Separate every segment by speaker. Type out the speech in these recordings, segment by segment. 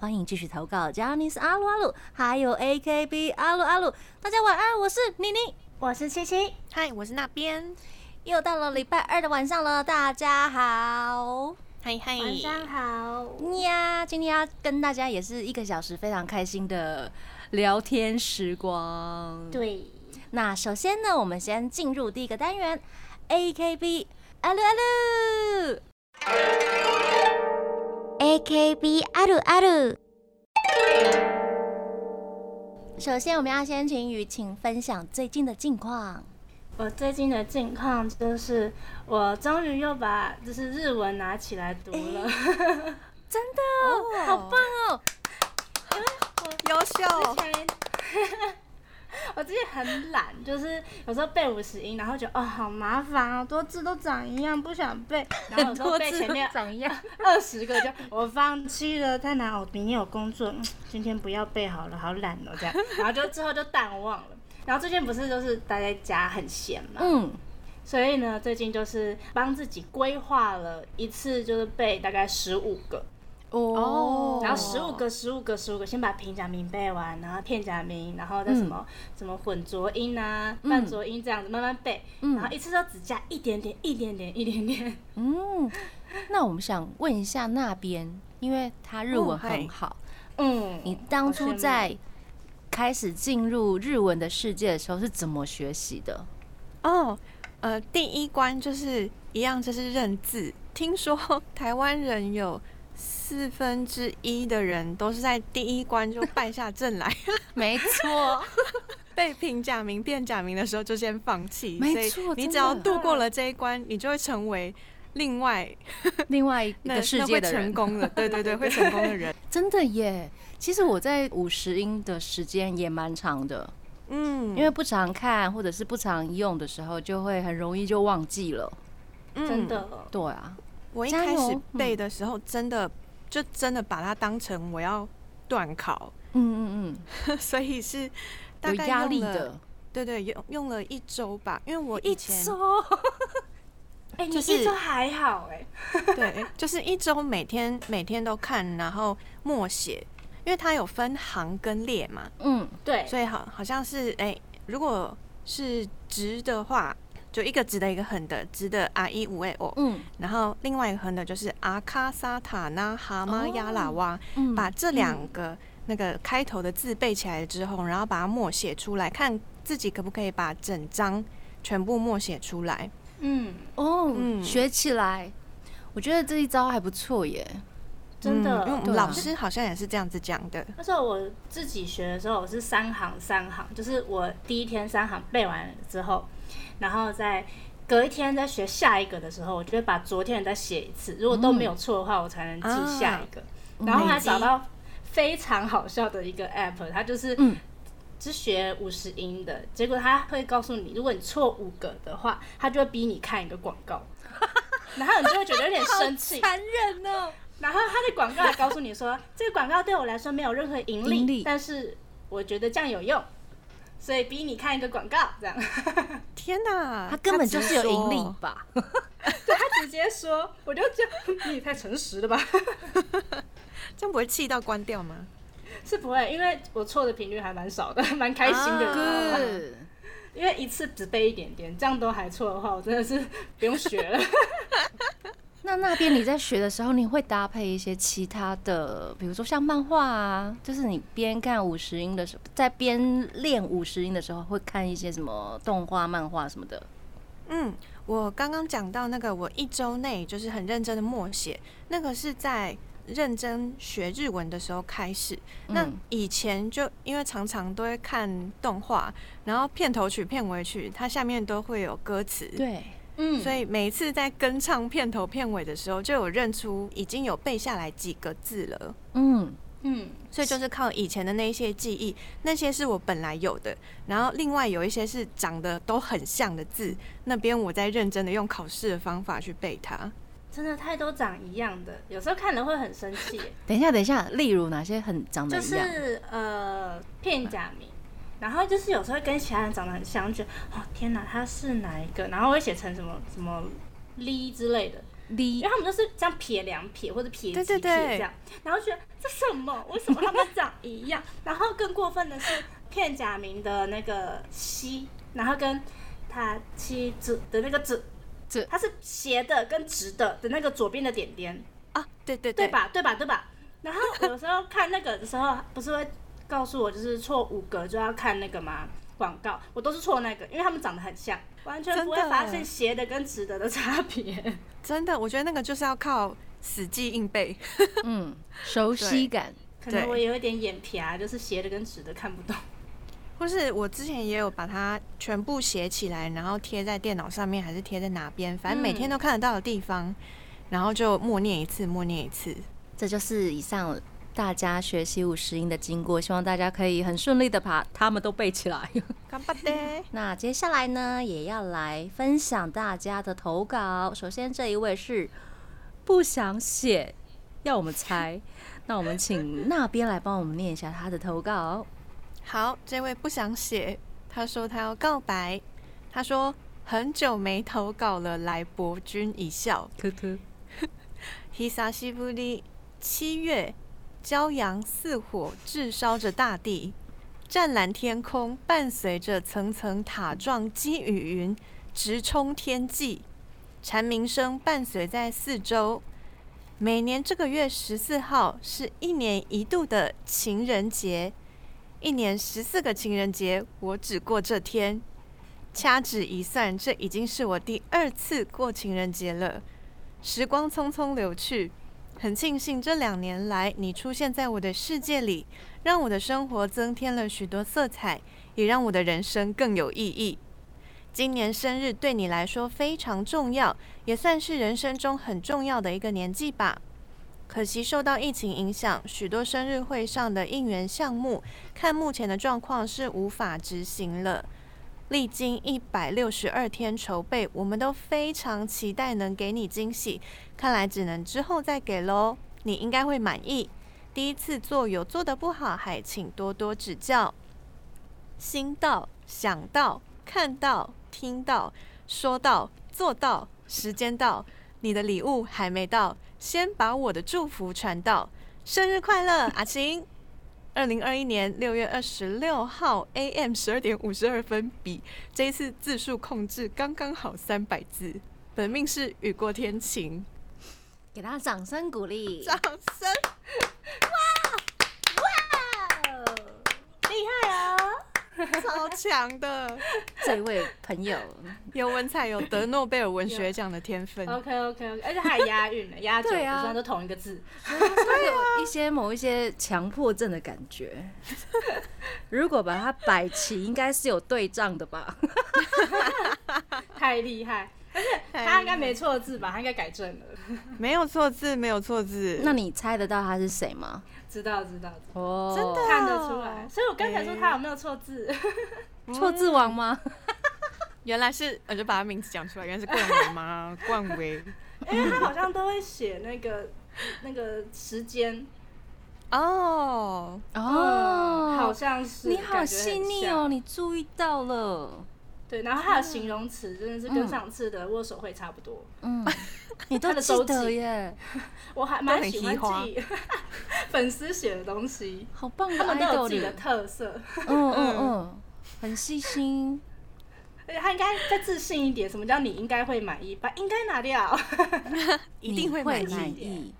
Speaker 1: 欢迎继续投稿 j a n i c e 阿鲁阿鲁，还有 AKB 阿鲁阿鲁。大家晚安，我是妮妮。
Speaker 2: 我是七七，
Speaker 3: 嗨，我是那边，
Speaker 1: 又到了礼拜二的晚上了，大家好
Speaker 3: 嗨嗨，
Speaker 2: 晚上好。
Speaker 1: 呀！今天要跟大家也是一个小时非常开心的聊天时光。
Speaker 2: 对，
Speaker 1: 那首先呢，我们先进入第一个单元，AKB，阿鲁阿鲁。
Speaker 4: AKB あるある
Speaker 1: 首先，我们要先请雨晴分享最近的近况。
Speaker 2: 我最近的近况就是，我终于又把就是日文拿起来读了。
Speaker 1: 真的，好棒哦！
Speaker 3: 优秀，
Speaker 2: 我之前很懒，就是有时候背五十音，然后觉得哦好麻烦哦，多字都长一样，不想背。然后有时候 背前面
Speaker 1: 长一样。
Speaker 2: 二十个就我放弃了，太难。我明天有工作，嗯今天不要背好了，好懒哦这样。然后就之后就淡忘了。然后最近不是就是待在家很闲嘛，
Speaker 1: 嗯，
Speaker 2: 所以呢，最近就是帮自己规划了一次，就是背大概十五个，
Speaker 3: 哦
Speaker 2: 然后十五个、十五个、十五个，先把平假名背完，然后片假名，然后再什么、
Speaker 3: 嗯
Speaker 2: 什么混浊音啊、
Speaker 1: 嗯
Speaker 2: 半浊音这样子慢慢背，
Speaker 1: 嗯
Speaker 2: 然后一次都只加一点点、一点点、一点点。
Speaker 1: 嗯，那我们想问一下那边，因为他日文
Speaker 3: 哦嗨
Speaker 1: 很好，
Speaker 2: 嗯，
Speaker 1: 你当初
Speaker 2: 好羡慕
Speaker 1: 在开始进入日文的世界的时候是怎么学习的？
Speaker 3: 哦，呃，第一关就是一样，就是认字。听说 台湾人有四分之一的人都是在第一关就败下阵来，
Speaker 1: 没错，
Speaker 3: 被评假名、变假名的时候就先放弃。
Speaker 1: 没
Speaker 3: 所以
Speaker 1: 错
Speaker 3: 你
Speaker 1: 真
Speaker 3: 只要
Speaker 1: 的
Speaker 3: 度过了这一关，你就会成为另外
Speaker 1: 另外一
Speaker 3: 那
Speaker 1: 个世
Speaker 3: 那
Speaker 1: 界
Speaker 3: 会
Speaker 1: 的
Speaker 3: 成
Speaker 1: 人，
Speaker 3: 功的，对对对，会成功的人。
Speaker 1: 真的耶。其实我在五十音的时间也蛮长的，
Speaker 3: 嗯，
Speaker 1: 因为不常看或者是不常用的时候，就会很容易就忘记了。
Speaker 3: 嗯
Speaker 2: 真的，
Speaker 1: 对啊，
Speaker 3: 我一
Speaker 1: 加
Speaker 3: 开始
Speaker 1: 油嗯
Speaker 3: 背的时候，真的、就真的把它当成我要断考，
Speaker 1: 嗯嗯
Speaker 3: 所以是
Speaker 1: 嗯，
Speaker 3: 大
Speaker 1: 有
Speaker 3: 概
Speaker 1: 压力
Speaker 3: 用了
Speaker 1: 的，
Speaker 3: 对对，用用了一周吧，因为我以前
Speaker 1: 周
Speaker 2: 哎、你
Speaker 3: 就是
Speaker 2: 一周还好哎、
Speaker 3: 对，就是一周每天每天都看，然后默写，因为它有分行跟列嘛，
Speaker 1: 嗯，
Speaker 2: 对，
Speaker 3: 所以好好像是哎、如果是直的话，就一个直的一个横的，直的 R 一五 A O，
Speaker 1: 嗯
Speaker 3: 然后另外一个横的就是阿卡萨塔那蛤蟆亚拉哇，
Speaker 1: 嗯，
Speaker 3: 把这两个那个开头的字背起来之后，然后把它默写出来，看自己可不可以把整张全部默写出来。
Speaker 2: 嗯，
Speaker 1: 哦，
Speaker 3: 嗯
Speaker 1: 学起来，我觉得这一招还不错耶。
Speaker 2: 真的。
Speaker 3: 嗯因为我
Speaker 1: 对
Speaker 3: 们
Speaker 1: 啊
Speaker 3: 老师好像也是这样子讲的。
Speaker 2: 那时候我自己学的时候，我是三行三行，就是我第一天三行背完了之后，然后再隔一天再学下一个的时候，我就会把昨天的再写一次，如果都没有错的话，我才能记下一个。然后还找到非常好笑的一个 app，它就是
Speaker 1: 嗯
Speaker 2: 只学五十音的，结果它会告诉你，如果你错五个的话，它就会逼你看一个广告，然后你就会觉得有点生气，
Speaker 1: 残忍哦！
Speaker 2: 然后他的广告还告诉你说，这个广告对我来说没有任何盈利，
Speaker 1: 盈利
Speaker 2: 但是我觉得这样有用，所以逼你看一个广告，这样。
Speaker 3: 天哪，
Speaker 1: 他根本就是有盈利
Speaker 3: 说
Speaker 1: 吧？
Speaker 2: 对他直接说，我就觉得你也太诚实了吧？
Speaker 3: 这样不会气到关掉吗？
Speaker 2: 是不会，因为我错的频率还蛮少的，蛮开心的。
Speaker 3: 啊
Speaker 1: 是
Speaker 2: 因为一次只背一点点，这样都还错的话，我真的是不用学 了。
Speaker 1: 那那边你在学的时候，你会搭配一些其他的，比如说像漫画啊，就是你边看五十音的时候，在边练五十音的时候，会看一些什么动画、漫画什么的。
Speaker 3: 嗯，我刚刚讲到那个，我一周内就是很认真的默写，那个是在认真学日文的时候开始。那
Speaker 1: 嗯
Speaker 3: 以前就因为常常都会看动画，然后片头曲、片尾曲，它下面都会有歌词。
Speaker 1: 对，
Speaker 2: 嗯
Speaker 3: 所以每一次在跟唱片头片尾的时候，就有认出已经有背下来几个字了。
Speaker 1: 嗯，
Speaker 2: 嗯，
Speaker 3: 所以就是靠以前的那一些记忆，那些是我本来有的，然后另外有一些是长得都很像的字，那边我在认真的用考试的方法去背它。
Speaker 2: 真的太多长一样的，有时候看了会很生气耶。
Speaker 1: 等一下，等一下，例如哪些很长得
Speaker 2: 就
Speaker 1: 一样？嗯
Speaker 2: 是呃片假名，然后就是有时候会跟其他人长得很像，就觉得哦天哪，他是哪一个？然后会写成什么什么 li 之类的，因
Speaker 1: 李
Speaker 2: 为他们就是这样撇两撇或者撇
Speaker 3: 对
Speaker 2: 几撇
Speaker 3: 对对
Speaker 2: 这样，然后觉得这什么？为什么他们长一样？然后更过分的是片假名的那个西，然后跟他妻子的那个子
Speaker 1: 子。
Speaker 2: 它是斜的跟直的的那个左边的点点，
Speaker 3: 啊，对对
Speaker 2: 对？吧？对吧？对吧？然后有时候看那个的时候，不是会告诉我就是错五格就要看那个吗？广告我都是错那个，因为他们长得很像，完全不会
Speaker 3: 真的
Speaker 2: 发现斜的跟直的的差别。
Speaker 3: 真的，我觉得那个就是要靠死记硬背。
Speaker 1: 嗯，熟悉感。
Speaker 2: 可能
Speaker 3: 对
Speaker 2: 我也有一点眼皮啊，就是斜的跟直的看不懂。
Speaker 3: 或是我之前也有把它全部写起来，然后贴在电脑上面，还是贴在哪边，反正每天都看得到的地方，然后就默念一次，默念一次。
Speaker 1: 这就是以上大家学习五十音的经过，希望大家可以很顺利的把它们都背起来。
Speaker 3: 干巴爹！
Speaker 1: 那接下来呢，也要来分享大家的投稿。首先这一位是不想写，要我们猜。 那我们请那边来帮我们念一下他的投稿。
Speaker 3: 好，这位不想写，他说他要告白，他说很久没投稿了，来博君一笑。
Speaker 1: 科科，
Speaker 3: 久しぶり，七月，骄阳似火，炙烧着大地，湛蓝天空伴随着层层塔状积雨云，直冲天际，蝉鸣声伴随在四周。每年这个月十四号是一年一度的情人节，一年十四个情人节，我只过这天。掐指一算，这已经是我第二次过情人节了。时光匆匆流去，很庆幸这两年来你出现在我的世界里，让我的生活增添了许多色彩，也让我的人生更有意义。今年生日对你来说非常重要，也算是人生中很重要的一个年纪吧。可惜受到疫情影响，许多生日会上的应援项目，看目前的状况是无法执行了。历经一百六十二天筹备，我们都非常期待能给你惊喜，看来只能之后再给喽。你应该会满意。第一次做有做的不好，还请多多指教。心到、想到、看到、听到、说到、做到，时间到，你的礼物还没到，先把我的祝福传到。生日快乐，阿晴！二零二一年六月二十六号 AM 十二点五十二分比，这一次字数控制刚刚好三百字。本命是雨过天晴，
Speaker 1: 给他掌声鼓励。
Speaker 3: 掌声。哦
Speaker 2: 厉害哦！
Speaker 3: 超强的，
Speaker 1: 这位朋友，
Speaker 3: 有文采，有得诺贝尔文学奖的天分。
Speaker 2: OK OK OK，而且还押韵呢， 押九不
Speaker 1: 对啊
Speaker 2: 算都同一个字。
Speaker 1: 他有一些某一些强迫症的感觉。如果把它摆齐，应该是有对仗的吧？
Speaker 2: 太厉害！
Speaker 3: 太
Speaker 2: 他应该没错字吧？他应该改正了。
Speaker 3: 没有错字，没有错字。
Speaker 1: 那你猜得到他是谁吗？
Speaker 2: 知道知道，知道
Speaker 1: 哦，
Speaker 3: 真的
Speaker 2: 看得出
Speaker 3: 哦
Speaker 2: 来。所以我刚才说他有没有错字，
Speaker 1: 错字王吗？
Speaker 3: 原来是，我就把他名字讲出来，原来是冠维吗？冠维。
Speaker 2: 因为他好像都会写那个那个时间，
Speaker 3: 哦，
Speaker 1: 哦，
Speaker 2: 嗯好像是
Speaker 1: 你好细腻哦，。嗯你注意到了，
Speaker 2: 感觉很像对，然后还有形容词，真的是跟上次的握手会差不多。
Speaker 1: 嗯， 你都
Speaker 2: 他的
Speaker 1: 记
Speaker 2: 手
Speaker 1: 得
Speaker 2: 指
Speaker 1: 耶，
Speaker 2: 我还蛮喜
Speaker 3: 都
Speaker 2: 欢
Speaker 3: 很
Speaker 2: 记 粉丝写的东西，
Speaker 1: 好棒的
Speaker 2: 他们都有
Speaker 1: idol
Speaker 2: 自己
Speaker 1: 里，
Speaker 2: 的特色，
Speaker 1: 嗯嗯嗯，很细 心，
Speaker 2: 而且他应该再自信一点。什么叫你应该会满意？把应该拿 掉。
Speaker 3: 一定
Speaker 1: 会
Speaker 3: 会满
Speaker 1: 满
Speaker 3: 意。
Speaker 1: 意。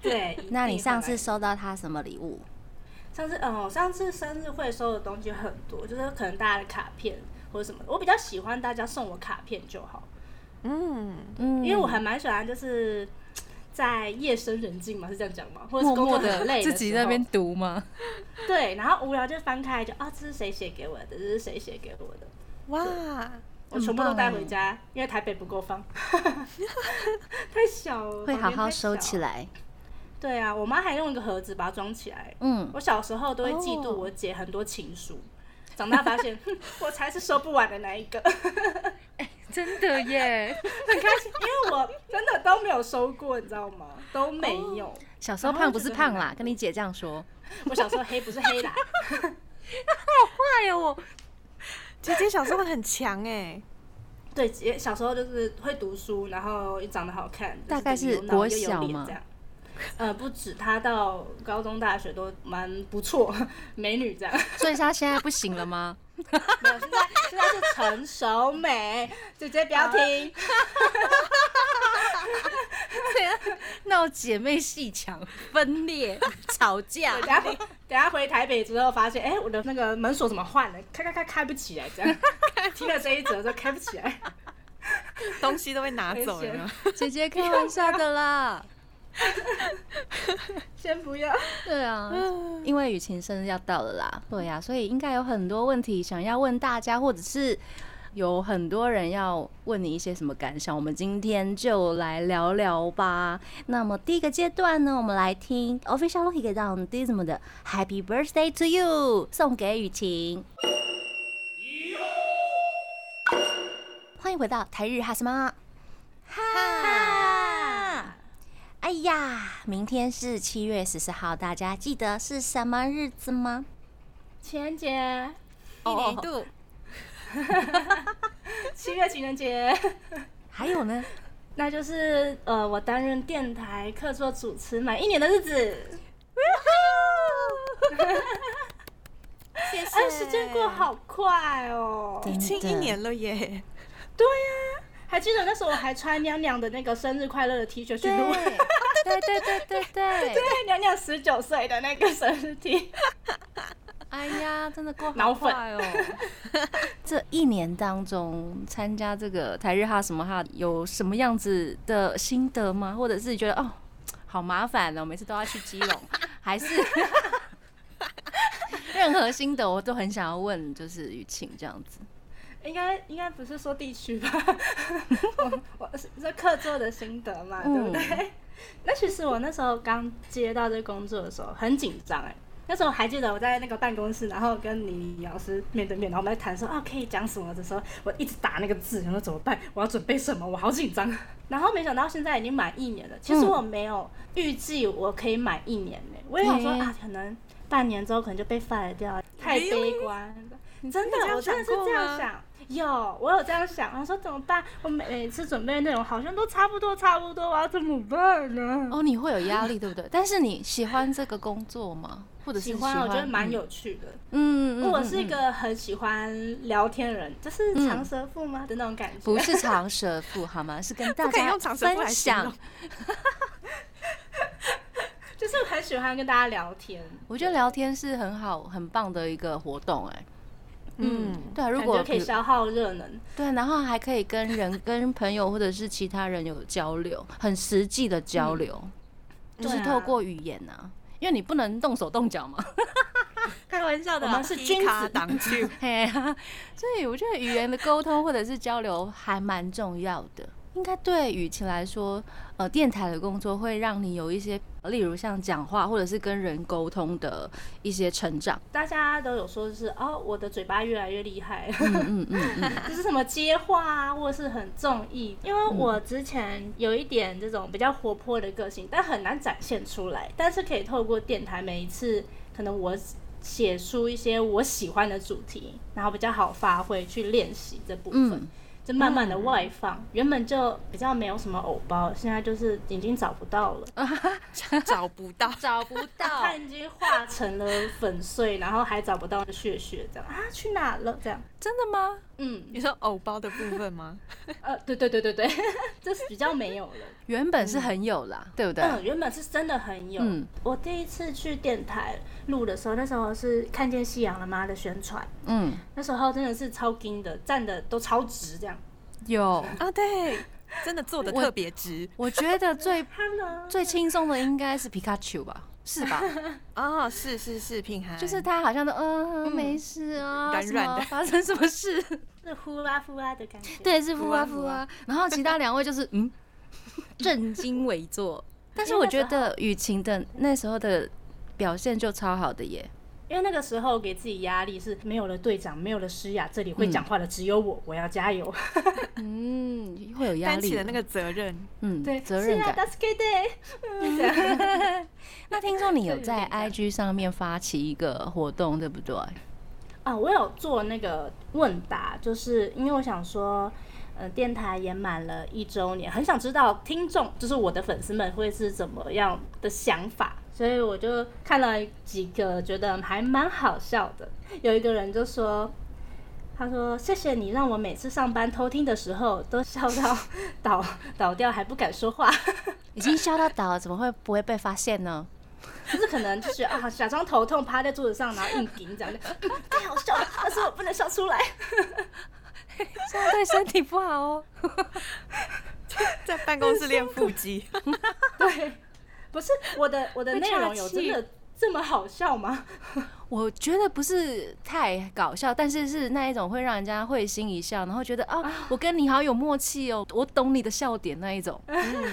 Speaker 2: 对，一
Speaker 1: 那
Speaker 2: 定
Speaker 1: 你
Speaker 2: 会
Speaker 1: 上
Speaker 2: 满
Speaker 1: 次
Speaker 2: 意
Speaker 1: 收到他什么礼物？
Speaker 2: 上次嗯，我上次生日会收的东西很多，就是可能大家的卡片或者什么的。我比较喜欢大家送我卡片就好，
Speaker 3: 嗯，
Speaker 1: 嗯
Speaker 2: 因为我还蛮喜欢就是。在夜深人静嘛，是这样讲吗？或者
Speaker 1: 默
Speaker 2: 是工作
Speaker 1: 默
Speaker 2: 很累
Speaker 1: 的
Speaker 2: 的
Speaker 1: 自己
Speaker 2: 时
Speaker 1: 在那边
Speaker 2: 候
Speaker 1: 读吗？
Speaker 2: 对，然后无聊就翻开就啊，这是谁写给我的？这是谁写给我的？
Speaker 3: 哇，
Speaker 2: 我全部都
Speaker 1: 很棒
Speaker 2: 带
Speaker 1: 哎
Speaker 2: 回家，因为台北不够放，太小了，
Speaker 1: 会
Speaker 2: 房
Speaker 1: 好
Speaker 2: 间
Speaker 1: 好
Speaker 2: 太
Speaker 1: 收
Speaker 2: 小
Speaker 1: 起来。
Speaker 2: 对啊，我妈还用一个盒子把它装起来。
Speaker 1: 嗯，
Speaker 2: 我小时候都会嫉妒
Speaker 1: 哦
Speaker 2: 我姐很多情书，长大发现哼我才是收不完的那一个，
Speaker 5: 真的 耶！
Speaker 2: 很开心，因为我真的都没有收过，你知道吗？都没有。
Speaker 1: 小时候胖不是胖啦，跟你姐这样 说，
Speaker 2: 我小时候黑不是黑啦，
Speaker 5: 哎呦，
Speaker 2: 哦
Speaker 5: 我
Speaker 3: 姐姐小时候很强哎、
Speaker 2: 对，姐小时候就是会读书，然后又长得好看，
Speaker 1: 大概
Speaker 2: 就是是有脑
Speaker 1: 国
Speaker 2: 又有
Speaker 1: 小
Speaker 2: 脸
Speaker 1: 嘛
Speaker 2: 这样。呃，不止，她到高中、大学都蛮不错， 美女这样。
Speaker 1: 所以她现在不行了 吗？
Speaker 2: 没哦有，现在现在是成熟美，姐姐不要听。
Speaker 1: 闹姐妹戏强、分裂、吵架
Speaker 2: 对，等下回等下回台北之后，发现哎、我的那个门锁怎么换了？开开开开不起来，这 样。听了这一则之后开不起来，
Speaker 3: 东西都被拿走
Speaker 2: 危险
Speaker 3: 了。
Speaker 1: 姐姐开玩笑的啦。
Speaker 2: 先不要。
Speaker 1: 对啊，因为雨晴生日要到了啦，对呀、所以应该有很多问题想要问大家，或者是有很多人要问你一些什么感想，我们今天就来聊聊吧。那么第一个阶段呢，我们来听 Official Lucky 给到 Dism 的 Happy Birthday to You，送给雨晴。欢迎回到台日哈什么？哈！哎呀，明天是七月十四号，大家记得是什么日子吗？哦
Speaker 2: 情人节，
Speaker 3: 一年一度，
Speaker 2: 七月情人节。
Speaker 1: 还有 呢？
Speaker 2: 那就是呃，我担任电台客座主持满一年的日子，
Speaker 3: 谢谢。
Speaker 2: 哎，时间过，好快哦！
Speaker 3: 已经一年了耶。
Speaker 2: 对呀、还记得那时候我还穿娘娘的那个生日快乐的 T 恤去录，
Speaker 1: 对对对对对对！
Speaker 2: 对，娘娘十九岁的那个生日 T，
Speaker 1: 哎呀，真的过好
Speaker 2: 脑粉
Speaker 1: 快 哦！ 这一年当中，参加这个台日哈什么哈，有什么样子的心得吗？或者是你觉得哦，好麻烦哦，每次都要去基 隆，还是 任何心得我都很想要问，就是雨晴这样子。
Speaker 2: 应该应该不是说地区 吧？我我是是客座的心得嘛，
Speaker 3: 嗯
Speaker 2: 对不对？ 那其实我那时候刚接到这工作的时候很紧张哎。那时候还记得我在那个办公室，然后跟李老师面对面，然后我们在谈说啊可以讲什么的时候，我一直打那个字，然后怎么办？我要准备什么？我好紧张。 然后没想到现在已经满一年了，其实
Speaker 1: 嗯
Speaker 2: 我没有预计我可以满一年呢、我也想说
Speaker 3: 嗯
Speaker 1: 欸
Speaker 2: 啊，可能半年之后可能就被 fire 掉了，太悲
Speaker 3: Really？
Speaker 2: 观了。真
Speaker 3: 啊你有这
Speaker 2: 的，
Speaker 3: 样
Speaker 2: 我真的是
Speaker 3: 想过
Speaker 2: 这
Speaker 3: 吗
Speaker 2: 样想。有，我有这样想，我说怎么办？我每每次准备的内容好像都差不多，差不多，我要怎么办呢？
Speaker 1: 哦，你会有压力，对 不对？但是你喜欢这个工作吗？或者是
Speaker 2: 喜
Speaker 1: 喜
Speaker 2: 欢，我觉得蛮
Speaker 1: 嗯
Speaker 2: 有趣的。
Speaker 1: 嗯，嗯
Speaker 2: 我是一。
Speaker 1: 嗯嗯
Speaker 2: 个很喜欢聊天的人，就是
Speaker 1: 嗯
Speaker 2: 长舌妇吗的那种感觉？
Speaker 1: 不是长舌妇好吗？是跟大
Speaker 3: 不可以
Speaker 1: 家
Speaker 3: 用长舌妇
Speaker 1: 分
Speaker 3: 来形
Speaker 1: 享
Speaker 3: 容。。
Speaker 2: 就是很喜欢跟大家聊天。
Speaker 1: 我觉得聊天是很好、很棒的一个活动、哎，
Speaker 3: 嗯，
Speaker 1: 对啊，如
Speaker 2: 感
Speaker 1: 果
Speaker 2: 觉可以
Speaker 1: 比如
Speaker 2: 消耗热能，
Speaker 1: 对，然后还可以跟人、 跟朋友或者是其他人有交流，很实际的交流，就是
Speaker 2: 对啊
Speaker 1: 透过语言啊，因为你不能动手动脚嘛。
Speaker 3: 开玩笑
Speaker 2: 我们是君子
Speaker 3: 挡去。
Speaker 1: 嘿啊，所以我觉得语言的沟通或者是交流还蛮重要的。应该对雨晴来说，呃，电台的工作会让你有一些，呃例如像讲话或者是跟人沟通的一些成长。
Speaker 2: 大家都有说就是哦，我的嘴巴越来越厉害。
Speaker 1: 嗯嗯 嗯嗯，
Speaker 2: 就是什么接话啊，或者是很中意。因为我之前有一点这种比较活泼的个性，但很难展现出来。但是可以透过电台，每一次可能我写出一些我喜欢的主题，然后比较好发挥去练习这部分。
Speaker 1: 嗯
Speaker 2: 就慢慢的外放，原本就比较没有什么偶包，现在就是已经找不到了，
Speaker 3: 找不到，
Speaker 1: 找不到
Speaker 2: 它、啊已经化成了粉碎，然后还找不到血血这样啊，去哪了这样？
Speaker 1: 真的吗？
Speaker 2: 嗯，
Speaker 3: 你说偶包的部分吗？
Speaker 2: 呃，对对对对 对，这是比较没有了。
Speaker 1: 原本是很有啦，对不对？
Speaker 2: 嗯，原本是真的很有。
Speaker 1: 嗯
Speaker 2: 我第一次去电台录的时候，那时候是看见夕阳了吗的宣传，
Speaker 1: 嗯，
Speaker 2: 那时候真的是超硬的，站的都超直这样。
Speaker 1: 有。
Speaker 3: 啊，对，真的做的
Speaker 1: 我
Speaker 3: 特别值
Speaker 1: 我觉得最
Speaker 2: Hello，
Speaker 1: 最轻松的应该是皮卡丘吧，是 吧？
Speaker 3: 哦，是是是，品涵
Speaker 1: 就是他好像都嗯没事啊，
Speaker 3: 软
Speaker 1: 什
Speaker 3: 软
Speaker 1: 么
Speaker 3: 的
Speaker 1: 发生什么事？
Speaker 2: 是呼啦呼啦的感觉。，
Speaker 1: 对，是孵
Speaker 3: 孵
Speaker 1: 啊
Speaker 3: 啊
Speaker 1: 孵
Speaker 3: 孵
Speaker 1: 啊。然后其他两位就是嗯，正襟危坐， 但是
Speaker 2: 因为
Speaker 1: 我
Speaker 2: 那
Speaker 1: 觉
Speaker 2: 时候
Speaker 1: 得雨晴的那时候的表现就超好的耶，
Speaker 2: 因为那个时候给自己压力是没有了队长，没有了诗雅，这里会讲话的只有我，我要加油。
Speaker 1: 嗯，会有压
Speaker 3: 担
Speaker 1: 力
Speaker 3: 起了那个责任。
Speaker 1: 嗯
Speaker 2: 对，
Speaker 1: 责任
Speaker 2: 是啊
Speaker 1: 感。
Speaker 2: ，Daske Day，嗯，这样
Speaker 1: 那听说 你有在
Speaker 2: 责任感
Speaker 1: IG 上面发起一个活动，对不 对？
Speaker 2: 啊，我有做那个问答，就是因为我想说，呃，电台也满了一周年，很想知道听众，就是我的粉丝们会是怎么样的想法，所以我就看了几个，觉得还蛮好笑的。有一个人就说。他说：“谢谢你让我每次上班偷听的时候都笑到倒倒掉，还不敢说话。
Speaker 1: 已经笑到倒了，怎么会不会被发现呢？
Speaker 2: 就是可能就是啊，假装头痛，趴在桌子上，然后硬顶这样， 嗯太好笑了，但是我不能笑出来。
Speaker 1: 这样对身体不好哦。
Speaker 3: 在办公室练腹 肌，
Speaker 2: 对，不是我的我的
Speaker 1: 会
Speaker 2: 内
Speaker 1: 岔
Speaker 2: 容有真
Speaker 1: 气
Speaker 2: 的这么好笑吗？
Speaker 1: 我觉得不是太搞笑，但是是那一种会让人家会心一笑，然后觉得啊，我跟你好有默契哦，我懂你的笑点那一种。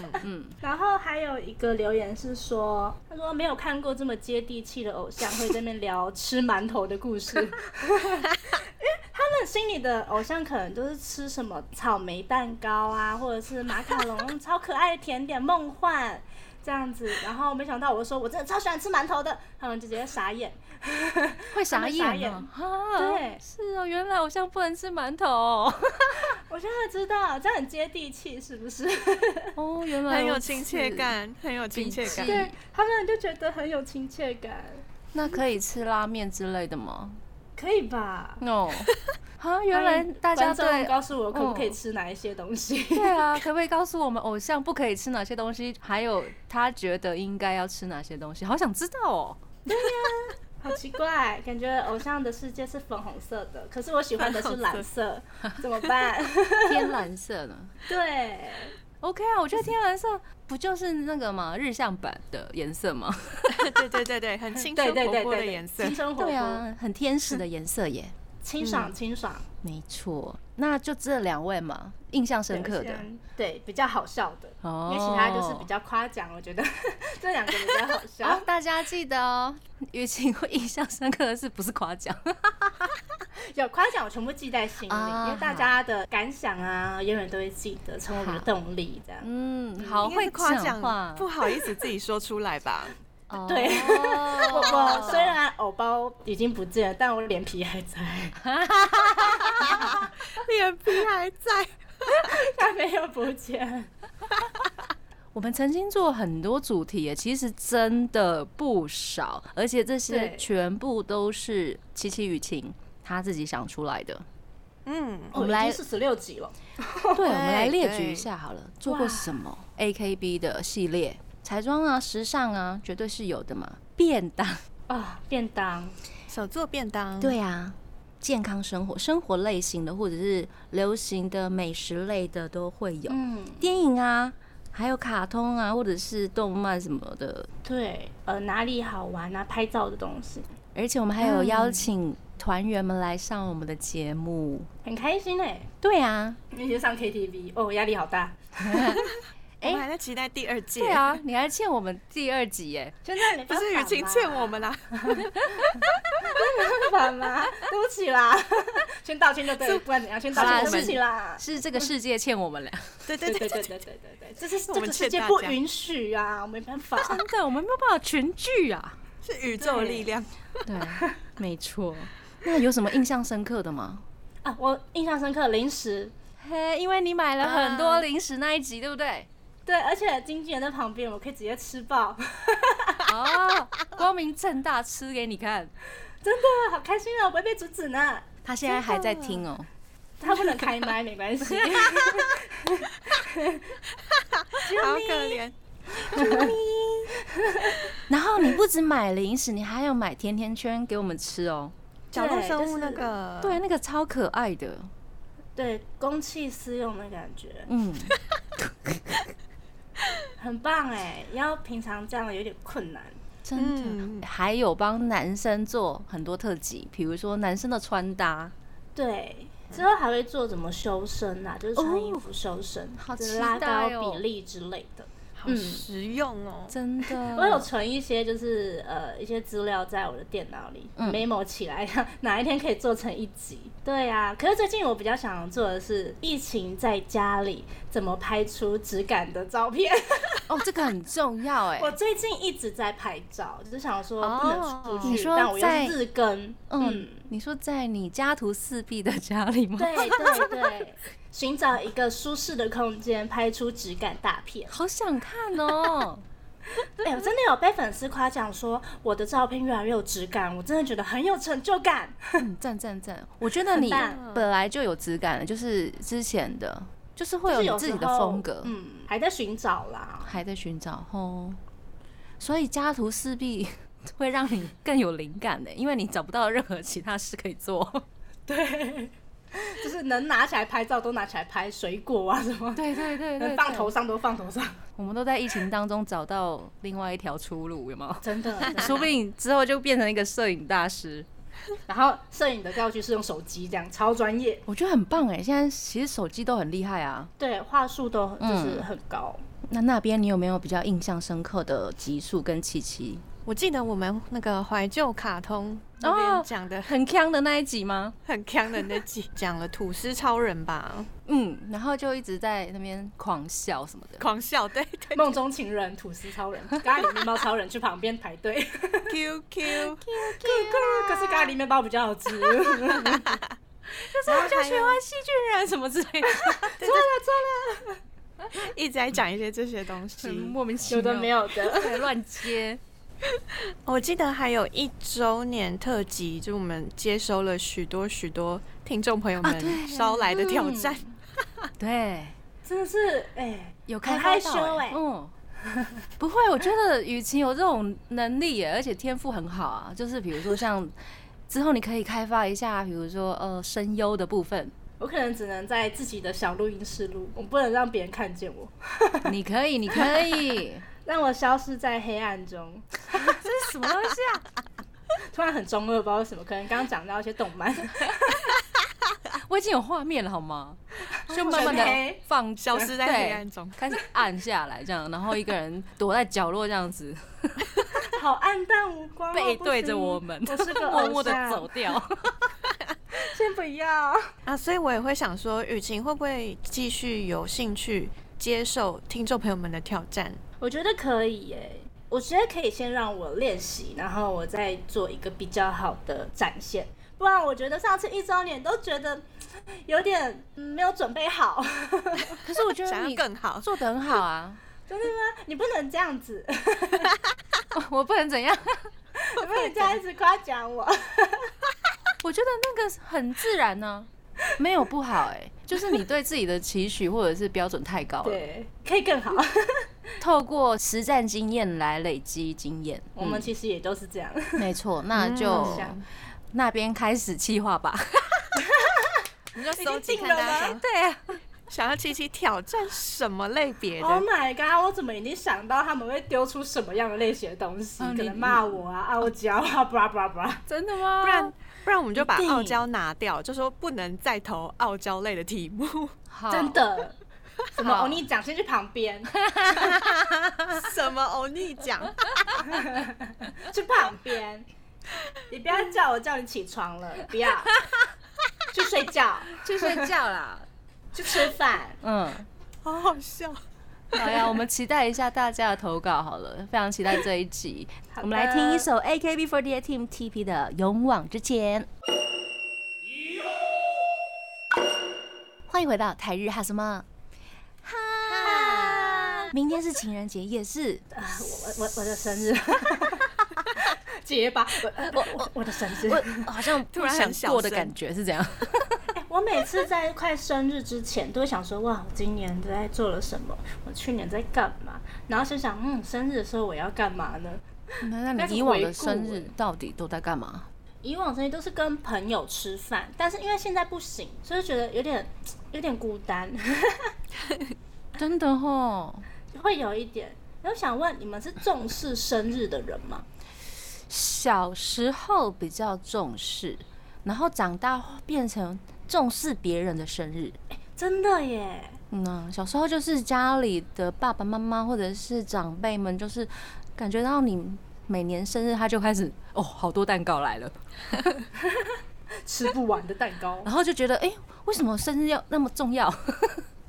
Speaker 2: 然后还有一个留言是说，他说没有看过这么接地气的偶像会在那边聊吃馒头的故 事，因为他们心里的偶像可能就是吃什么草莓蛋糕啊，或者是马卡龙超可爱的甜点梦幻这样子。然后没想到我说我真的超喜欢吃馒头的，他们就直接傻眼。
Speaker 1: 会傻
Speaker 2: 们
Speaker 1: 眼
Speaker 2: 傻
Speaker 1: 哦
Speaker 2: 眼
Speaker 1: 啊
Speaker 2: 对
Speaker 1: 是哦，原来偶像不能吃馒头哦，
Speaker 2: 我现在知道这样很接地气，是不是？
Speaker 1: 哦原来
Speaker 3: 很有
Speaker 1: 如
Speaker 3: 亲切
Speaker 1: 此。
Speaker 3: 感，很有亲切
Speaker 1: 笔记
Speaker 3: 感。
Speaker 2: 对他们就觉得很有亲切感，
Speaker 1: 那可以吃拉面之类的吗
Speaker 2: 可以吧？
Speaker 1: ？No，啊，原来大家
Speaker 2: 观众
Speaker 1: 对
Speaker 2: 告诉我可不可以
Speaker 1: 嗯
Speaker 2: 吃哪一些东西？
Speaker 1: 对啊，可不可以告诉我们偶像不可以吃哪些东西？还有他觉得应该要吃哪些东西？好想知道哦。
Speaker 2: 好奇怪，感觉偶像的世界是粉红色的，可是我喜欢的是蓝 色，怎么办？
Speaker 1: 天蓝色呢
Speaker 2: 对，
Speaker 1: ？OK 啊，我觉得天蓝色不就是那个嘛日向版的颜色 吗？
Speaker 3: 对对对对，很青
Speaker 2: 对
Speaker 3: 春
Speaker 2: 对对
Speaker 3: 活泼
Speaker 2: 对
Speaker 3: 的
Speaker 2: 对
Speaker 3: 颜色
Speaker 2: 青。春活
Speaker 1: 对
Speaker 2: 泼，
Speaker 1: 啊，很天使的颜色耶。
Speaker 2: 清爽清爽，
Speaker 1: 没错，那就这两位嘛，印象深刻
Speaker 2: 对
Speaker 1: 的。，
Speaker 2: 对，比较好笑的，因
Speaker 1: 哦
Speaker 2: 为其他就是比较夸奖，我觉得 这两个比较好
Speaker 1: 好，
Speaker 2: 笑。
Speaker 1: 大家记得哦。雨晴会印象深刻的是不是夸奖？
Speaker 2: 有夸奖我全部记在心里，
Speaker 1: 啊
Speaker 2: 因为大家的感想啊，永远都会记得，成为我们的动力。这样，
Speaker 1: 嗯，好
Speaker 3: 应该
Speaker 1: 会
Speaker 3: 是夸
Speaker 1: 讲话
Speaker 3: 奖，，不好意思自己说出来吧。
Speaker 1: 哦
Speaker 2: 对 我 我哦虽然偶包已经不见了，但我脸皮还 在，
Speaker 3: 脸皮还在，
Speaker 2: 它没有不见。
Speaker 1: 我们曾经做很多主题耶，其实真的不少，而且这些
Speaker 2: 对
Speaker 1: 全部都是七七雨晴她自己想出来的。
Speaker 3: 嗯，
Speaker 1: 我们来
Speaker 2: 四十六集了，
Speaker 1: 哦哎对，我们来列举
Speaker 3: 对
Speaker 1: 一下好了，做过什么 AKB 的系列，彩妆啊、时尚啊，绝对是有的嘛。便当，
Speaker 2: 啊、便当，
Speaker 3: 手做便当，，
Speaker 1: 对啊，健康生活、生活类型的，或者是流行的美食类的都会有。
Speaker 2: 嗯，
Speaker 1: 电影啊，还有卡通啊，或者是动漫什么的，
Speaker 2: 对，呃，哪里好玩啊？拍照的东西，
Speaker 1: 而且我们还有邀请团员们来上我们的节目。
Speaker 2: 很开心哎、
Speaker 1: 对啊，
Speaker 2: 那些上 KTV，哦，压力好大。
Speaker 3: 我们还在期待第二届。
Speaker 1: 对，啊，你还欠我们第二集耶。
Speaker 2: 现在没
Speaker 3: 不
Speaker 2: 办法
Speaker 3: 是雨晴欠我们啦，
Speaker 2: 办法 吗？对不起啦，先道歉就对了，不管怎样，先道
Speaker 1: 好啦
Speaker 2: 歉，对不
Speaker 1: 是
Speaker 2: 起啦。
Speaker 1: 是这个世界欠我们俩，
Speaker 3: 对
Speaker 2: 对
Speaker 3: 对
Speaker 2: 对
Speaker 3: 对
Speaker 2: 对
Speaker 3: 对
Speaker 2: 对对对对，这是
Speaker 3: 我
Speaker 2: 这个
Speaker 3: 们
Speaker 2: 世
Speaker 3: 欠
Speaker 2: 界
Speaker 3: 大
Speaker 2: 不
Speaker 3: 家
Speaker 2: 允许啊，没办法。
Speaker 1: 真的，我们没有办法群聚啊。
Speaker 3: 是宇宙的力量。
Speaker 1: 对，没错。那有什么印象深刻的吗？
Speaker 2: 啊，我印象深刻，零食。
Speaker 1: 嘿，因为你买了很多零食那一集，对不对？
Speaker 2: 对，而且经纪人在旁边，我可以直接吃爆，
Speaker 1: 哦，光明正大吃给你看。
Speaker 2: 真的好开心啊！我不会被阻止呢。
Speaker 1: 他现在还在听哦。
Speaker 2: 他不能开麦，没 关系。
Speaker 3: 好可怜，
Speaker 1: 然后你不止买零食，你还有买甜甜圈给我们吃哦。
Speaker 3: 角落生
Speaker 2: 就是
Speaker 3: 物那个，
Speaker 1: 对，那个超可爱的。
Speaker 2: 对，公器私用的感觉，
Speaker 1: 嗯，
Speaker 2: 很棒哎！要平常这样有点困难。
Speaker 1: 真的。
Speaker 3: 嗯
Speaker 1: 还有帮男生做很多特辑，比如说男生的穿搭，
Speaker 2: 对，之后还会做怎么修身啊，就是穿衣服修身，
Speaker 1: 哦好
Speaker 2: 就是
Speaker 1: 期
Speaker 2: 拉
Speaker 1: 待
Speaker 2: 高
Speaker 1: 哦
Speaker 2: 比例之类的。
Speaker 3: 好实用哦。
Speaker 1: 真的。
Speaker 2: 我有存一些，就是呃一些资料在我的电脑里、
Speaker 1: 嗯
Speaker 2: memo 起来， 哪一天可以做成一集。对啊，可是最近我比较想做的是，疫情在家里怎么拍出质感的照片。
Speaker 1: 哦，这个很重要哎。
Speaker 2: 我最近一直在拍照，就是想说
Speaker 3: 哦
Speaker 2: 不能出
Speaker 1: 你
Speaker 2: 去，
Speaker 1: 说
Speaker 2: 但我又
Speaker 1: 在
Speaker 2: 是日更，
Speaker 1: 嗯
Speaker 2: 嗯，，
Speaker 1: 你说在你家徒四壁的家里吗？
Speaker 2: 对对对，寻找一个舒适的空间，拍出质感大 片。
Speaker 1: 好想看哦。
Speaker 2: 哎、我真的有被粉丝夸奖说我的照片越来越有质感，我真的觉得很有成就感。
Speaker 1: 嗯， 赞赞赞！我觉得
Speaker 2: 很
Speaker 1: 你
Speaker 2: 棒
Speaker 1: 本来就有质感了，就是之前的，就是会
Speaker 2: 就是
Speaker 1: 你
Speaker 2: 有
Speaker 1: 自
Speaker 2: 时
Speaker 1: 己的
Speaker 2: 候
Speaker 1: 风格，
Speaker 2: 嗯，还在寻找啦。
Speaker 1: 还在寻找哦。所以家徒四壁会让你更有灵感的，因为你找不到任何其他事可以做。
Speaker 2: 对，就是能拿起来拍照都拿起来拍，水果啊什么，
Speaker 1: 对对对
Speaker 2: 能 放头，上都放头上，
Speaker 1: 我们都在疫情当中找到另外一条出路，有没 有？
Speaker 2: 真的。真的
Speaker 1: 说不定之后就变成一个摄影大师，
Speaker 2: 然后摄影的道具是用手机，这样超专业。
Speaker 1: 我觉得很棒哎！现在其实手机都很厉害啊。
Speaker 2: 对，话术都就是
Speaker 1: 嗯
Speaker 2: 很高。
Speaker 1: 那那边你有没有比较印象深刻的集数跟契机？
Speaker 3: 我记得我们那个怀旧卡通那边讲的
Speaker 1: 很强的那一集吗？
Speaker 3: 很强的那集， 讲了吐司超人吧，
Speaker 1: 嗯，然后就一直在那边狂笑什么的。
Speaker 3: 狂笑对对
Speaker 2: 梦中情人、吐司超人、咖喱面包超人去旁边排 队，
Speaker 3: ，QQ，
Speaker 1: 啊
Speaker 2: 可是咖喱面包比较 好吃。
Speaker 3: 然后就喜欢
Speaker 1: 细菌人什么之 类的，
Speaker 3: 一直在讲一些这些东西。
Speaker 1: 嗯名其
Speaker 2: 有的没有的，
Speaker 1: 有，乱接。
Speaker 3: 我记得还有一周年特辑，就我们接收了许多许多听众朋友们捎来的挑战，
Speaker 1: 对，
Speaker 2: 真的是哎、
Speaker 1: 有开
Speaker 2: 很害
Speaker 1: 发到
Speaker 2: 羞
Speaker 1: 欸
Speaker 2: 欸
Speaker 1: 嗯，不会，我觉得雨晴有这种能力耶，而且天赋很好啊。就是比如说像之后你可以开发一下，比如说呃声优的部分，
Speaker 2: 我可能只能在自己的小录音室录，我不能让别人看见我，
Speaker 1: 你可以，你可以。
Speaker 2: 让我消失在黑暗中。
Speaker 1: 这是什么东西啊？
Speaker 2: 突然很中二，不知道为什么，可能刚刚讲到一些动漫，
Speaker 1: 我已经有画面了好吗？ 就慢慢
Speaker 2: 全
Speaker 1: 的
Speaker 2: 黑
Speaker 1: 放
Speaker 3: 消失在黑暗中。
Speaker 1: 开始暗下来，这样，然后一个人躲在角落这样子，
Speaker 2: 好暗淡无光、哦，
Speaker 1: 背
Speaker 2: 不
Speaker 1: 对着
Speaker 2: 行
Speaker 1: 我们，
Speaker 2: 我是 个
Speaker 1: 默默的
Speaker 2: 偶像
Speaker 1: 走， 掉。
Speaker 2: 先不要。
Speaker 3: 啊，所以我也会想说，雨晴会不会继续有兴趣接受听众朋友们的挑战？
Speaker 2: 我觉得可以耶、我觉得可以先让我练习，然后我再做一个比较好的展现。不然我觉得上次一周年都觉得有点嗯没有准备好，
Speaker 1: 可是我觉得
Speaker 3: 想要
Speaker 1: 你
Speaker 3: 更 好，
Speaker 1: 做的很好啊，
Speaker 2: 真的吗？你不能这样子， 你
Speaker 1: 我不能怎样，
Speaker 2: 不能这样一直夸奖我。
Speaker 1: 我觉得那个很自然呢、没有不好哎、就是你对自己的期许或者是标准太高了，
Speaker 2: 对，可以更好。
Speaker 1: 嗯透过实战经验来累积经验。
Speaker 2: 我们其实也都是这样。
Speaker 1: 嗯没错，那就
Speaker 2: 好像
Speaker 1: 那边开始计划吧。
Speaker 3: 你就搜集
Speaker 2: 定
Speaker 3: 看
Speaker 2: 了
Speaker 3: 大家
Speaker 2: 吗
Speaker 3: 想
Speaker 1: 对啊，
Speaker 3: 想要七七挑战什么类别
Speaker 2: Oh
Speaker 3: 的。
Speaker 2: my god！我怎么已经想到他们会丢出什么样的类型的东西？
Speaker 1: 嗯
Speaker 2: 可
Speaker 1: 你
Speaker 2: 能骂我啊、傲娇啊、blah blah blah。
Speaker 1: 真的吗？
Speaker 3: 不然不然我们就把
Speaker 2: 一定
Speaker 3: 傲娇拿掉，就说不能再投傲娇类的题目，
Speaker 1: 好
Speaker 2: 真的，什么
Speaker 1: 好
Speaker 2: 欧尼奖先去旁 边，
Speaker 3: 什么欧尼奖，
Speaker 2: 去旁边，你不要叫我叫你起床 了，不要，去睡觉，
Speaker 1: 去睡觉啦。
Speaker 2: 去吃饭。
Speaker 1: 嗯。
Speaker 3: 好好笑。
Speaker 1: 好呀，我们期待一下大家的投稿好了，非常期待这一集。我
Speaker 2: 好的
Speaker 1: 们来听一首 AKB48 Team TP 的《勇往直前》。欢迎回到台日哈什么？哈，明天是情人节，也是
Speaker 2: 啊 我我我的生日， 结巴，我我我我的生日。
Speaker 1: 我呃好像
Speaker 3: 突然
Speaker 1: 不
Speaker 3: 很
Speaker 1: 想
Speaker 3: 小
Speaker 1: 过的
Speaker 3: 声
Speaker 1: 感觉是这样。
Speaker 2: 哎我每次在快生日之前，都会想说，哇，我今年在做了什么？我去年在干嘛？然后想想，嗯，生日的时候我要干嘛呢？
Speaker 1: 那那
Speaker 2: 但是
Speaker 1: 你以往的
Speaker 2: 回顾
Speaker 1: 生日
Speaker 2: 欸
Speaker 1: 到底都在干嘛？
Speaker 2: 以往生日都是跟朋友吃饭，但是因为现在不行，所以觉得有点有点孤单，
Speaker 1: 真的吼，
Speaker 2: 会有一点。然后想问，你们是重视生日的人吗？
Speaker 1: 小时候比较重视，然后长大变成重视别人的生日。
Speaker 2: 真的耶，
Speaker 1: 嗯啊、小时候就是家里的爸爸妈妈或者是长辈们，就是感觉到你每年生日，他就开始哦，好多蛋糕来了，
Speaker 2: 吃不完的蛋糕。
Speaker 1: 然后就觉得哎、诶为什么生日要那么重要？